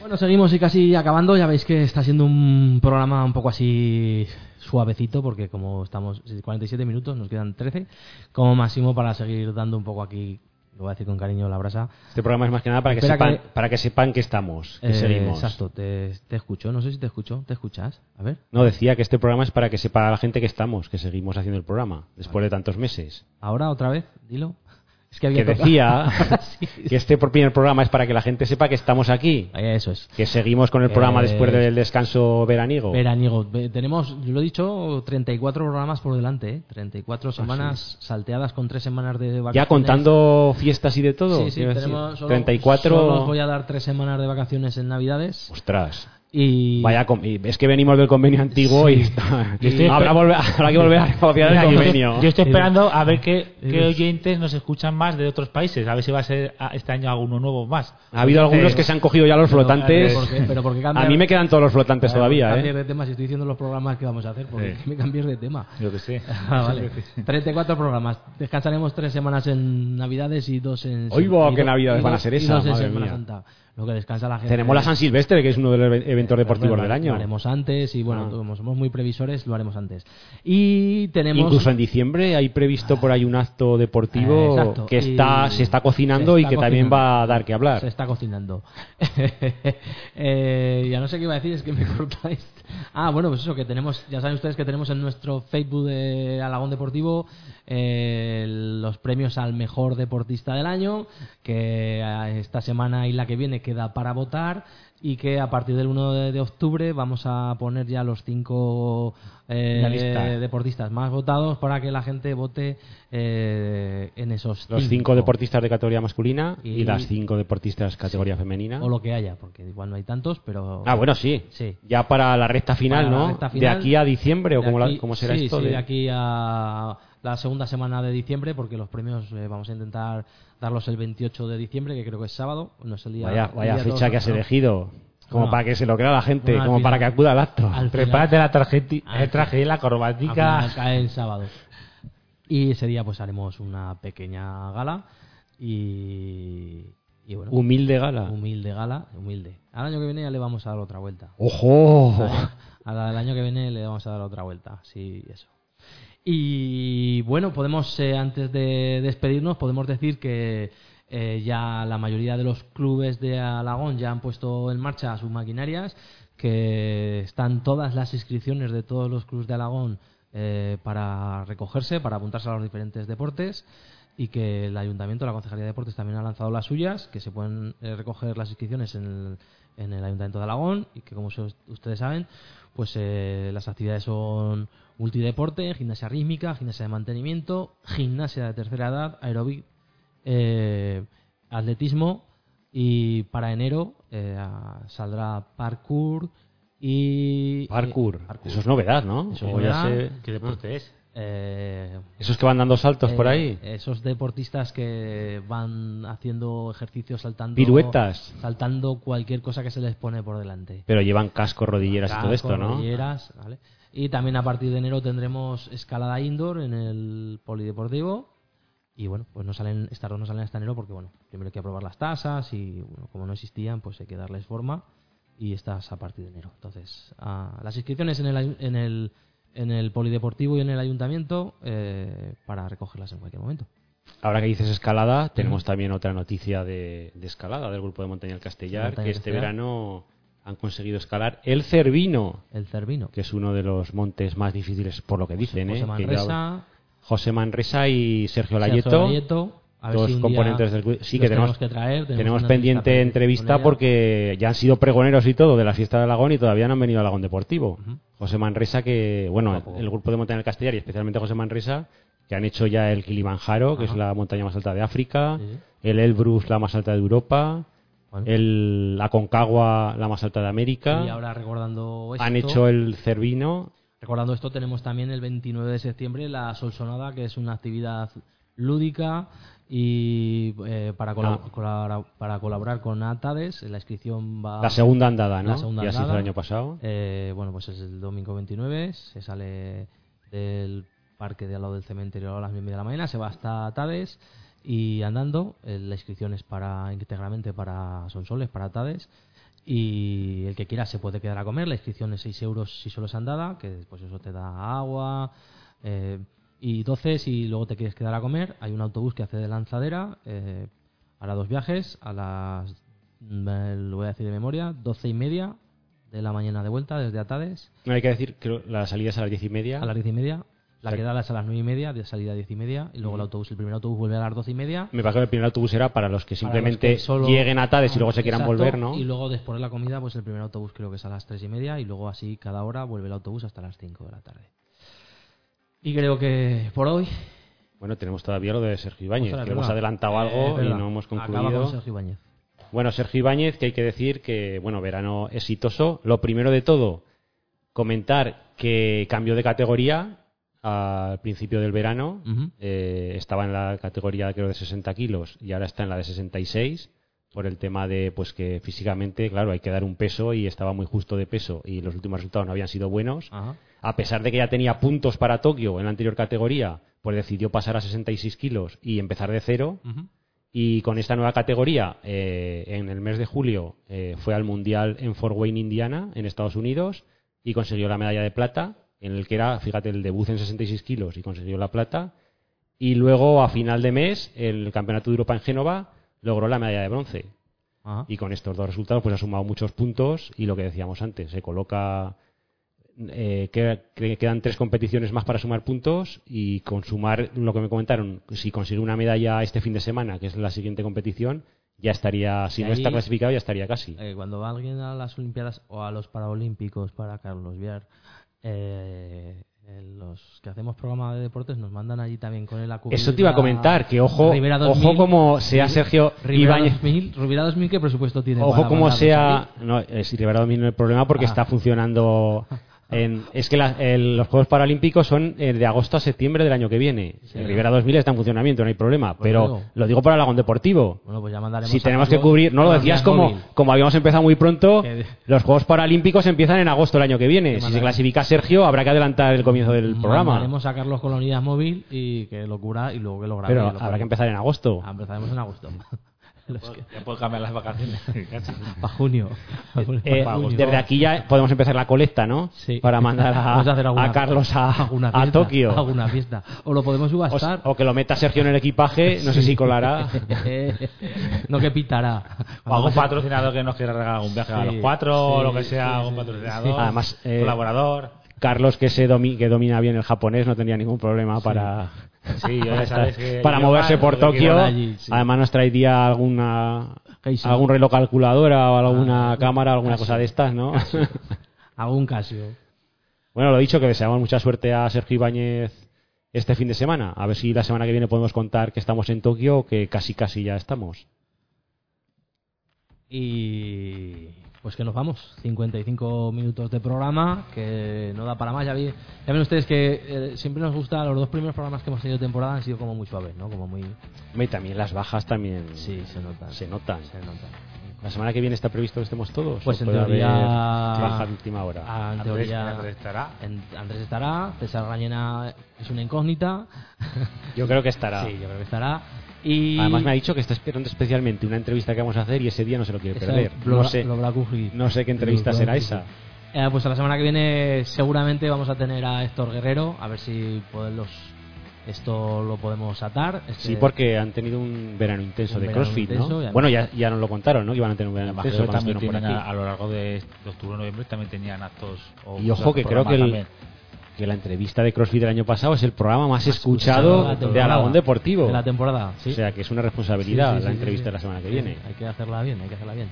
Speaker 1: Bueno, seguimos y casi acabando. Ya veis que está siendo un programa un poco así suavecito, porque como estamos 47 minutos, nos quedan 13 como máximo para seguir dando un poco aquí, lo voy a decir con cariño, la brasa.
Speaker 3: Este programa es más que nada para que,
Speaker 1: Espera
Speaker 3: sepan,
Speaker 1: que-
Speaker 3: para que sepan que estamos, que
Speaker 1: Eh,
Speaker 3: seguimos.
Speaker 1: Exacto, te, te escucho, no sé si te escucho, ¿te escuchas? A ver.
Speaker 3: No, decía que este programa es para que sepa la gente que estamos, que seguimos haciendo el programa, después de tantos meses.
Speaker 1: Ahora otra vez, dilo. Es que
Speaker 3: Que
Speaker 1: había otra-
Speaker 3: decía
Speaker 1: Sí, sí.
Speaker 3: que este por primer programa es para que la gente sepa que estamos aquí,
Speaker 1: Eso es.
Speaker 3: que seguimos con el programa
Speaker 1: Eh,
Speaker 3: después del descanso veraniego.
Speaker 1: Veraniego, ve- tenemos, yo lo he dicho, 34 programas por delante, ¿eh? 34 semanas salteadas con 3 semanas de vacaciones.
Speaker 3: ya contando fiestas y de todo.
Speaker 1: Sí, sí,
Speaker 3: quiero decir,
Speaker 1: tenemos solo-
Speaker 3: 34.
Speaker 1: Solo os voy a dar tres semanas de vacaciones en Navidades.
Speaker 3: Ostras.
Speaker 1: Y.
Speaker 3: Vaya, com- y es que venimos del convenio antiguo y está-
Speaker 2: Yo estoy-
Speaker 3: habrá, volve- habrá que volver a negociar el
Speaker 2: Mira, yo, estoy,
Speaker 3: convenio.
Speaker 2: yo estoy esperando a
Speaker 3: eh,
Speaker 2: ver qué, qué
Speaker 1: Eres-
Speaker 2: oyentes nos escuchan más de otros países. A ver si va a ser a- este año alguno nuevo más.
Speaker 3: Ha habido algunos que se han cogido ya los flotantes.
Speaker 1: pero porque- pero porque
Speaker 3: a
Speaker 1: cambian-
Speaker 3: mí me quedan todos los flotantes todavía,
Speaker 1: Cambiar
Speaker 3: ¿eh?
Speaker 1: de tema, si estoy diciendo los programas que vamos a hacer, porque me cambies de tema.
Speaker 2: Yo que sé.
Speaker 1: Ah, vale. 34 programas. Descansaremos tres semanas en Navidades y dos en.
Speaker 3: Hoy va,
Speaker 1: y
Speaker 3: qué
Speaker 1: do-
Speaker 3: Navidades
Speaker 1: y
Speaker 3: van a
Speaker 1: dos-
Speaker 3: ser
Speaker 1: y
Speaker 3: esas,
Speaker 1: dos en
Speaker 3: madre
Speaker 1: Semana
Speaker 3: mía.
Speaker 1: Santa. Lo que descansa la gente.
Speaker 3: Tenemos la San Silvestre, que es uno de los ev- eventos deportivos
Speaker 1: Bueno,
Speaker 3: del
Speaker 1: lo-
Speaker 3: año.
Speaker 1: Lo haremos antes y bueno,
Speaker 3: Ah.
Speaker 1: como somos muy previsores, lo haremos antes. Y tenemos.
Speaker 3: Incluso en diciembre hay previsto por ahí un acto
Speaker 1: Eh,
Speaker 3: deportivo
Speaker 1: exacto.
Speaker 3: que está,
Speaker 1: Y-
Speaker 3: se está cocinando
Speaker 1: se
Speaker 3: y
Speaker 1: está
Speaker 3: que también
Speaker 1: cocinando.
Speaker 3: va a dar que hablar.
Speaker 1: Se está cocinando. eh, ya no sé qué iba a decir, es que me cortáis. Ah, bueno, pues eso, que tenemos, ya saben ustedes que tenemos en nuestro Facebook de Alagón Deportivo eh, los premios al mejor deportista del año, que eh, esta semana y la que viene queda para votar y que a partir del 1 de, de octubre vamos a poner ya los cinco eh,
Speaker 2: La lista.
Speaker 1: deportistas más votados para que la gente vote eh, en esos
Speaker 3: Los cinco deportistas de categoría masculina y,
Speaker 1: Y-
Speaker 3: las cinco deportistas categoría femenina.
Speaker 1: o lo que haya, porque igual no hay tantos, pero.
Speaker 3: Ah, bueno, sí.
Speaker 1: Sí.
Speaker 3: Ya para la recta final,
Speaker 1: Para la
Speaker 3: ¿no?
Speaker 1: recta
Speaker 3: de
Speaker 1: final.
Speaker 3: aquí a diciembre, ¿o
Speaker 1: De
Speaker 3: cómo, la-
Speaker 1: aquí-
Speaker 3: cómo será
Speaker 1: sí,
Speaker 3: esto?
Speaker 1: sí,
Speaker 3: de-
Speaker 1: de aquí a la segunda semana de diciembre, porque los premios eh, vamos a intentar darlos el 28 de diciembre, que creo que es sábado, no es el día.
Speaker 3: Vaya,
Speaker 1: el
Speaker 3: vaya
Speaker 1: día
Speaker 3: fecha
Speaker 1: dos,
Speaker 3: que has
Speaker 1: ¿no?
Speaker 3: elegido. Como
Speaker 1: Bueno.
Speaker 3: para que se lo crea la gente,
Speaker 1: Bueno, al
Speaker 3: como para que
Speaker 1: final-
Speaker 3: acuda al acto.
Speaker 1: al
Speaker 2: Prepárate la tarjeta,
Speaker 1: Ah,
Speaker 2: el traje, la
Speaker 1: Al final
Speaker 2: corbatica.
Speaker 1: cae el sábado. Y ese día pues haremos una pequeña gala y, Y bueno,
Speaker 3: Humilde gala.
Speaker 1: humilde gala, humilde. Al año que viene ya le vamos a dar otra vuelta.
Speaker 3: ¡Ojo!
Speaker 1: A la del año que viene le vamos a dar otra vuelta, sí, eso. Y bueno, podemos, eh, antes de despedirnos, podemos decir que eh, ya la mayoría de los clubes de Alagón ya han puesto en marcha sus maquinarias, que están todas las inscripciones de todos los clubes de Alagón eh, para recogerse, para apuntarse a los diferentes deportes y que el ayuntamiento, la Concejalía de Deportes también ha lanzado las suyas, que se pueden eh, recoger las inscripciones en el, en el ayuntamiento de Alagón y que como se- ustedes saben, pues eh, las actividades son multideporte, gimnasia rítmica, gimnasia de mantenimiento, gimnasia de tercera edad, aeróbic, eh, atletismo y para enero eh, ah, saldrá parkour y
Speaker 3: Parkour.
Speaker 1: eh,
Speaker 3: Eso es novedad, ¿no?
Speaker 1: Eso es
Speaker 3: O ya
Speaker 1: novedad.
Speaker 3: sé-
Speaker 2: ¿Qué deporte es?
Speaker 1: Eh,
Speaker 3: Esos que van dando saltos por
Speaker 1: eh,
Speaker 3: ahí.
Speaker 1: Esos deportistas que van haciendo ejercicios saltando.
Speaker 3: Piruetas.
Speaker 1: Saltando cualquier cosa que se les pone por delante.
Speaker 3: Pero llevan casco, rodilleras y todo
Speaker 1: Casco,
Speaker 3: esto, ¿no?
Speaker 1: rodilleras, ¿vale? Y también a partir de enero tendremos escalada indoor en el polideportivo. Y bueno, pues no salen, estas dos no salen hasta enero porque bueno, primero hay que aprobar las tasas y bueno, como no existían, pues hay que darles forma y estas a partir de enero. Entonces, ah, las inscripciones en el, ayu- en el en el polideportivo y en el ayuntamiento eh, para recogerlas en cualquier momento.
Speaker 3: Ahora que dices
Speaker 1: Mm.
Speaker 3: escalada, tenemos también otra noticia de, de escalada del grupo de Montaña del Castellar,
Speaker 1: Montaña
Speaker 3: que
Speaker 1: del
Speaker 3: este
Speaker 1: Castellar.
Speaker 3: verano han conseguido escalar el Cervino,
Speaker 1: El Cervino,
Speaker 3: que es uno de los montes más difíciles por lo que dicen,
Speaker 1: José
Speaker 3: ¿eh? Que ya-
Speaker 1: Manresa,
Speaker 3: José Manresa y
Speaker 1: Sergio
Speaker 3: Sergio Layeto.
Speaker 1: Layeto, a ver
Speaker 3: dos
Speaker 1: si un día
Speaker 3: componentes del cu- sí
Speaker 1: los
Speaker 3: que tenemos,
Speaker 1: que traer, tenemos
Speaker 3: tenemos
Speaker 1: una
Speaker 3: pendiente
Speaker 1: entrevista con
Speaker 3: entrevista
Speaker 1: ella.
Speaker 3: porque ya han sido pregoneros y todo de la fiesta de Alagón y todavía no han venido a Alagón Deportivo José Manresa que bueno el grupo de montaña del Castellar y especialmente José Manresa que han hecho ya el Kilimanjaro que es la montaña más alta de África
Speaker 1: Sí.
Speaker 3: el Elbrus la más alta de Europa
Speaker 1: Bueno.
Speaker 3: el Aconcagua la más alta de América
Speaker 1: Y ahora recordando esto,
Speaker 3: han hecho el Cervino
Speaker 1: recordando esto, tenemos también el 29 de septiembre la Solsonada, que es una actividad lúdica y eh, para, colab-
Speaker 3: Ah.
Speaker 1: colabora- para colaborar con ATADES, la inscripción va...
Speaker 3: la segunda andada no
Speaker 1: Ah. la segunda
Speaker 3: ya se hizo
Speaker 1: andada.
Speaker 3: el año pasado
Speaker 1: Eh, bueno, pues es el domingo 29, se sale del parque de al lado del cementerio a las 9 de la mañana, se va hasta Tades y andando, eh, la inscripción es para íntegramente para Sonsoles, para Tades y el que quiera se puede quedar a comer, la inscripción es 6 euros si solo es andada, que pues eso te da agua eh, y 12 si luego te quieres quedar a comer, hay un autobús que hace de lanzadera, eh, hará dos viajes, a las, mm, me lo voy a decir de memoria, 12 y media de la mañana de vuelta desde Atades
Speaker 3: hay que decir que la salida es a las diez y media
Speaker 1: a las 10 y media. La
Speaker 3: Exacto.
Speaker 1: quedada es a las 9 y media, de salida a 10 y media. Y luego el autobús, el primer autobús vuelve a las 12 y media.
Speaker 3: Me parece que el primer autobús era para los que
Speaker 1: Para
Speaker 3: simplemente
Speaker 1: los que solo-
Speaker 3: lleguen a Tades y luego se quieran
Speaker 1: Exacto,
Speaker 3: volver, ¿no?
Speaker 1: Y luego después de la comida, pues el primer autobús creo que es a las 3 y media. Y luego así cada hora vuelve el autobús hasta las 5 de la tarde. Y creo que por hoy.
Speaker 3: Bueno, tenemos todavía lo de Sergio Ibáñez,
Speaker 1: Ostras,
Speaker 3: que
Speaker 1: verdad.
Speaker 3: hemos adelantado
Speaker 1: Eh,
Speaker 3: algo y
Speaker 1: verdad.
Speaker 3: no hemos
Speaker 1: Acaba con
Speaker 3: concluido.
Speaker 1: Sergio Ibáñez.
Speaker 3: Bueno, Sergio Ibáñez, que hay que decir que, bueno, verano exitoso. Lo primero de todo, comentar que cambió de categoría al principio del verano.
Speaker 1: Ujú.
Speaker 3: Eh, estaba en la categoría, creo, de 60 kilos y ahora está en la de 66 por el tema de pues que físicamente, claro, hay que dar un peso y estaba muy justo de peso y los últimos resultados no habían sido buenos.
Speaker 1: Ajá.
Speaker 3: a pesar de que ya tenía puntos para Tokio en la anterior categoría, pues decidió pasar a 66 kilos y empezar de cero.
Speaker 1: Ujú.
Speaker 3: Y con esta nueva categoría, eh, en el mes de julio, eh, fue al Mundial en Fort Wayne, Indiana, en Estados Unidos, y consiguió la medalla de plata, en el que era, fíjate, el debut en 66 kilos y consiguió la plata. Y luego, a final de mes, el Campeonato de Europa en Génova logró la medalla de bronce.
Speaker 1: Ajá.
Speaker 3: Y con estos dos resultados, pues ha sumado muchos puntos y lo que decíamos antes, se coloca. eh, queda- que- quedan tres competiciones más para sumar puntos y con sumar lo que me comentaron, si consigue una medalla este fin de semana, que es la siguiente competición, ya estaría, si
Speaker 1: Y
Speaker 3: no está
Speaker 1: ahí-
Speaker 3: clasificado, ya estaría casi.
Speaker 1: Eh, cuando va alguien a las Olimpiadas o a los Paralímpicos para Carlos Viar, eh, eh, los que hacemos programa de deportes nos mandan allí también con el acuerdo.
Speaker 3: Eso te iba a comentar, que ojo,
Speaker 1: pues Rivera 2000,
Speaker 3: ojo como sea Sergio
Speaker 1: Rivera
Speaker 3: Ibáñez
Speaker 1: 2000, Rivera 2000, ¿qué presupuesto tiene?
Speaker 3: Ojo
Speaker 1: para
Speaker 3: como
Speaker 1: mandarlos
Speaker 3: sea,
Speaker 1: allí?
Speaker 3: no, es Rivera Domínguez no es el problema porque
Speaker 1: Ah.
Speaker 3: está funcionando. En, es que la- el- los Juegos Paralímpicos son eh, de agosto a septiembre del año que viene.
Speaker 1: Sí.
Speaker 3: el Rivera 2000 está en funcionamiento, no hay problema.
Speaker 1: Pues
Speaker 3: Pero
Speaker 1: luego.
Speaker 3: lo digo para el Lagón Deportivo.
Speaker 1: Bueno, pues ya mandaremos.
Speaker 3: Si
Speaker 1: a
Speaker 3: tenemos que
Speaker 1: Carlos
Speaker 3: cubrir, no lo
Speaker 1: con
Speaker 3: decías
Speaker 1: unidad
Speaker 3: como,
Speaker 1: móvil.
Speaker 3: como habíamos empezado muy pronto,
Speaker 1: Que-
Speaker 3: los Juegos Paralímpicos empiezan en agosto del año que viene. Si se
Speaker 1: mandaremos.
Speaker 3: clasifica Sergio, habrá que adelantar el comienzo del programa.
Speaker 1: Mandaremos a Carlos con la unidad móvil y que Ah, lo cura y luego que lo grabe.
Speaker 3: Pero
Speaker 1: Lo
Speaker 3: habrá
Speaker 1: pone-
Speaker 3: que empezar en agosto.
Speaker 1: Ah, empezaremos en agosto. Los que-
Speaker 2: Ya puedo cambiar las vacaciones. Casi.
Speaker 1: Para junio.
Speaker 3: Eh,
Speaker 1: Pa' junio.
Speaker 3: desde aquí ya podemos empezar la colecta, ¿no?
Speaker 1: Sí.
Speaker 3: Para mandar a,
Speaker 1: Vamos hacer alguna-
Speaker 3: a Carlos a,
Speaker 1: alguna
Speaker 3: a
Speaker 1: fiesta,
Speaker 3: Tokio.
Speaker 1: Alguna fiesta. O lo podemos
Speaker 3: O,
Speaker 1: subastar.
Speaker 3: o que lo meta Sergio en el equipaje, no sé si colará.
Speaker 1: no que pitará.
Speaker 2: O algún patrocinador que nos quiera regalar algún viaje a
Speaker 1: Sí,
Speaker 2: los cuatro, o
Speaker 1: sí,
Speaker 2: lo que sea,
Speaker 1: sí,
Speaker 2: algún
Speaker 1: sí,
Speaker 2: patrocinador,
Speaker 3: sí. Además, eh,
Speaker 2: colaborador.
Speaker 3: Carlos, que, se domi- que domina bien el japonés, no tenía ningún problema para,
Speaker 2: Sí, yo ya sabes que
Speaker 3: para
Speaker 2: yo
Speaker 3: moverse
Speaker 2: más,
Speaker 3: por
Speaker 2: yo quiero
Speaker 3: Tokio.
Speaker 2: ir
Speaker 1: allí, sí.
Speaker 3: Además nos traería alguna
Speaker 1: Casio.
Speaker 3: algún reloj calculadora o alguna
Speaker 1: Ah,
Speaker 3: cámara, alguna cosa de estas, ¿no?
Speaker 1: Algún Casio.
Speaker 3: bueno, lo dicho, que deseamos mucha suerte a Sergio Ibáñez este fin de semana. A ver si la semana que viene podemos contar que estamos en Tokio, que casi casi ya estamos.
Speaker 1: Y pues que nos vamos. 55 minutos de programa, que no da para más. Ya, vi- ya ven ustedes que eh, siempre nos gusta, los dos primeros programas que hemos tenido temporada han sido como muy suaves, ¿no? Como
Speaker 3: Mm.
Speaker 1: muy...
Speaker 3: Y también las bajas también
Speaker 1: Sí, se notan.
Speaker 3: se notan.
Speaker 1: Se notan.
Speaker 3: La semana que viene está previsto que estemos todos.
Speaker 1: Pues
Speaker 3: ¿O
Speaker 1: en
Speaker 3: puede
Speaker 1: teoría-
Speaker 3: haber baja de última hora.
Speaker 1: Ah, en
Speaker 2: Andrés,
Speaker 1: teoría-
Speaker 2: Andrés estará.
Speaker 1: en- Andrés estará, César Rañena es una incógnita.
Speaker 3: Yo creo que estará.
Speaker 1: Sí, yo creo que estará. Y
Speaker 3: Además me ha dicho que está esperando especialmente una entrevista que vamos a hacer y ese día no se lo quiere
Speaker 1: Esa
Speaker 3: perder.
Speaker 1: lo-
Speaker 3: No sé,
Speaker 1: lo habrá cogido.
Speaker 3: no sé qué entrevista
Speaker 1: Lo-
Speaker 3: será
Speaker 1: lo-
Speaker 3: esa.
Speaker 1: Eh, pues a la semana que viene seguramente vamos a tener a Héctor Guerrero, a ver si podemos, esto lo podemos atar. Este-
Speaker 3: Sí, porque han tenido un verano intenso
Speaker 1: un
Speaker 3: de
Speaker 1: verano
Speaker 3: CrossFit,
Speaker 1: intenso,
Speaker 3: ¿no?
Speaker 1: ya-
Speaker 3: Bueno, ya, ya nos lo contaron, ¿no? Que iban a tener un verano
Speaker 2: Además,
Speaker 3: intenso
Speaker 2: creo que
Speaker 3: cuando
Speaker 2: también
Speaker 3: estuvieron
Speaker 2: tienen
Speaker 3: por aquí.
Speaker 2: a, a lo largo de, de octubre noviembre también tenían actos. o
Speaker 3: Y ojo, que creo que,
Speaker 2: programas
Speaker 3: el-
Speaker 2: también.
Speaker 3: que la entrevista de CrossFit del año pasado es el programa más escuchado
Speaker 1: Escuchado
Speaker 3: de Alagón Deportivo.
Speaker 1: De la temporada, sí.
Speaker 3: O sea, que es una
Speaker 1: Sí,
Speaker 3: responsabilidad
Speaker 1: sí, sí,
Speaker 3: la
Speaker 1: sí,
Speaker 3: entrevista
Speaker 1: sí.
Speaker 3: de la semana que
Speaker 1: Sí,
Speaker 3: viene.
Speaker 1: Hay que hacerla bien, hay que hacerla bien.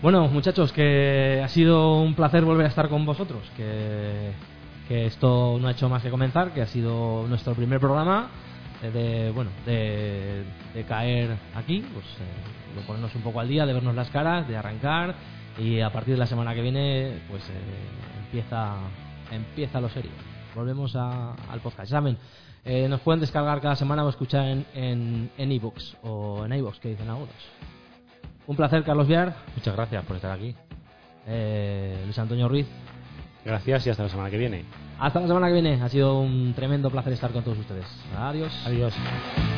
Speaker 1: Bueno, muchachos, que ha sido un placer volver a estar con vosotros, que, que esto no ha hecho más que comenzar, que ha sido nuestro primer programa eh, de, bueno, de, de caer aquí, pues eh, de ponernos un poco al día, de vernos las caras, de arrancar y a partir de la semana que viene, pues eh, empieza, empieza lo serio. Volvemos a- al podcast. Ya Saben, eh, nos pueden descargar cada semana o escuchar en en en iVoox o en iVoox, que dicen algunos. Un placer, Carlos Viar,
Speaker 2: Muchas gracias por estar aquí.
Speaker 1: eh, Luis Antonio Ruiz.
Speaker 3: Gracias y hasta la semana que viene.
Speaker 1: Hasta la semana que viene. Ha sido un tremendo placer estar con todos ustedes. Adiós.
Speaker 2: Adiós.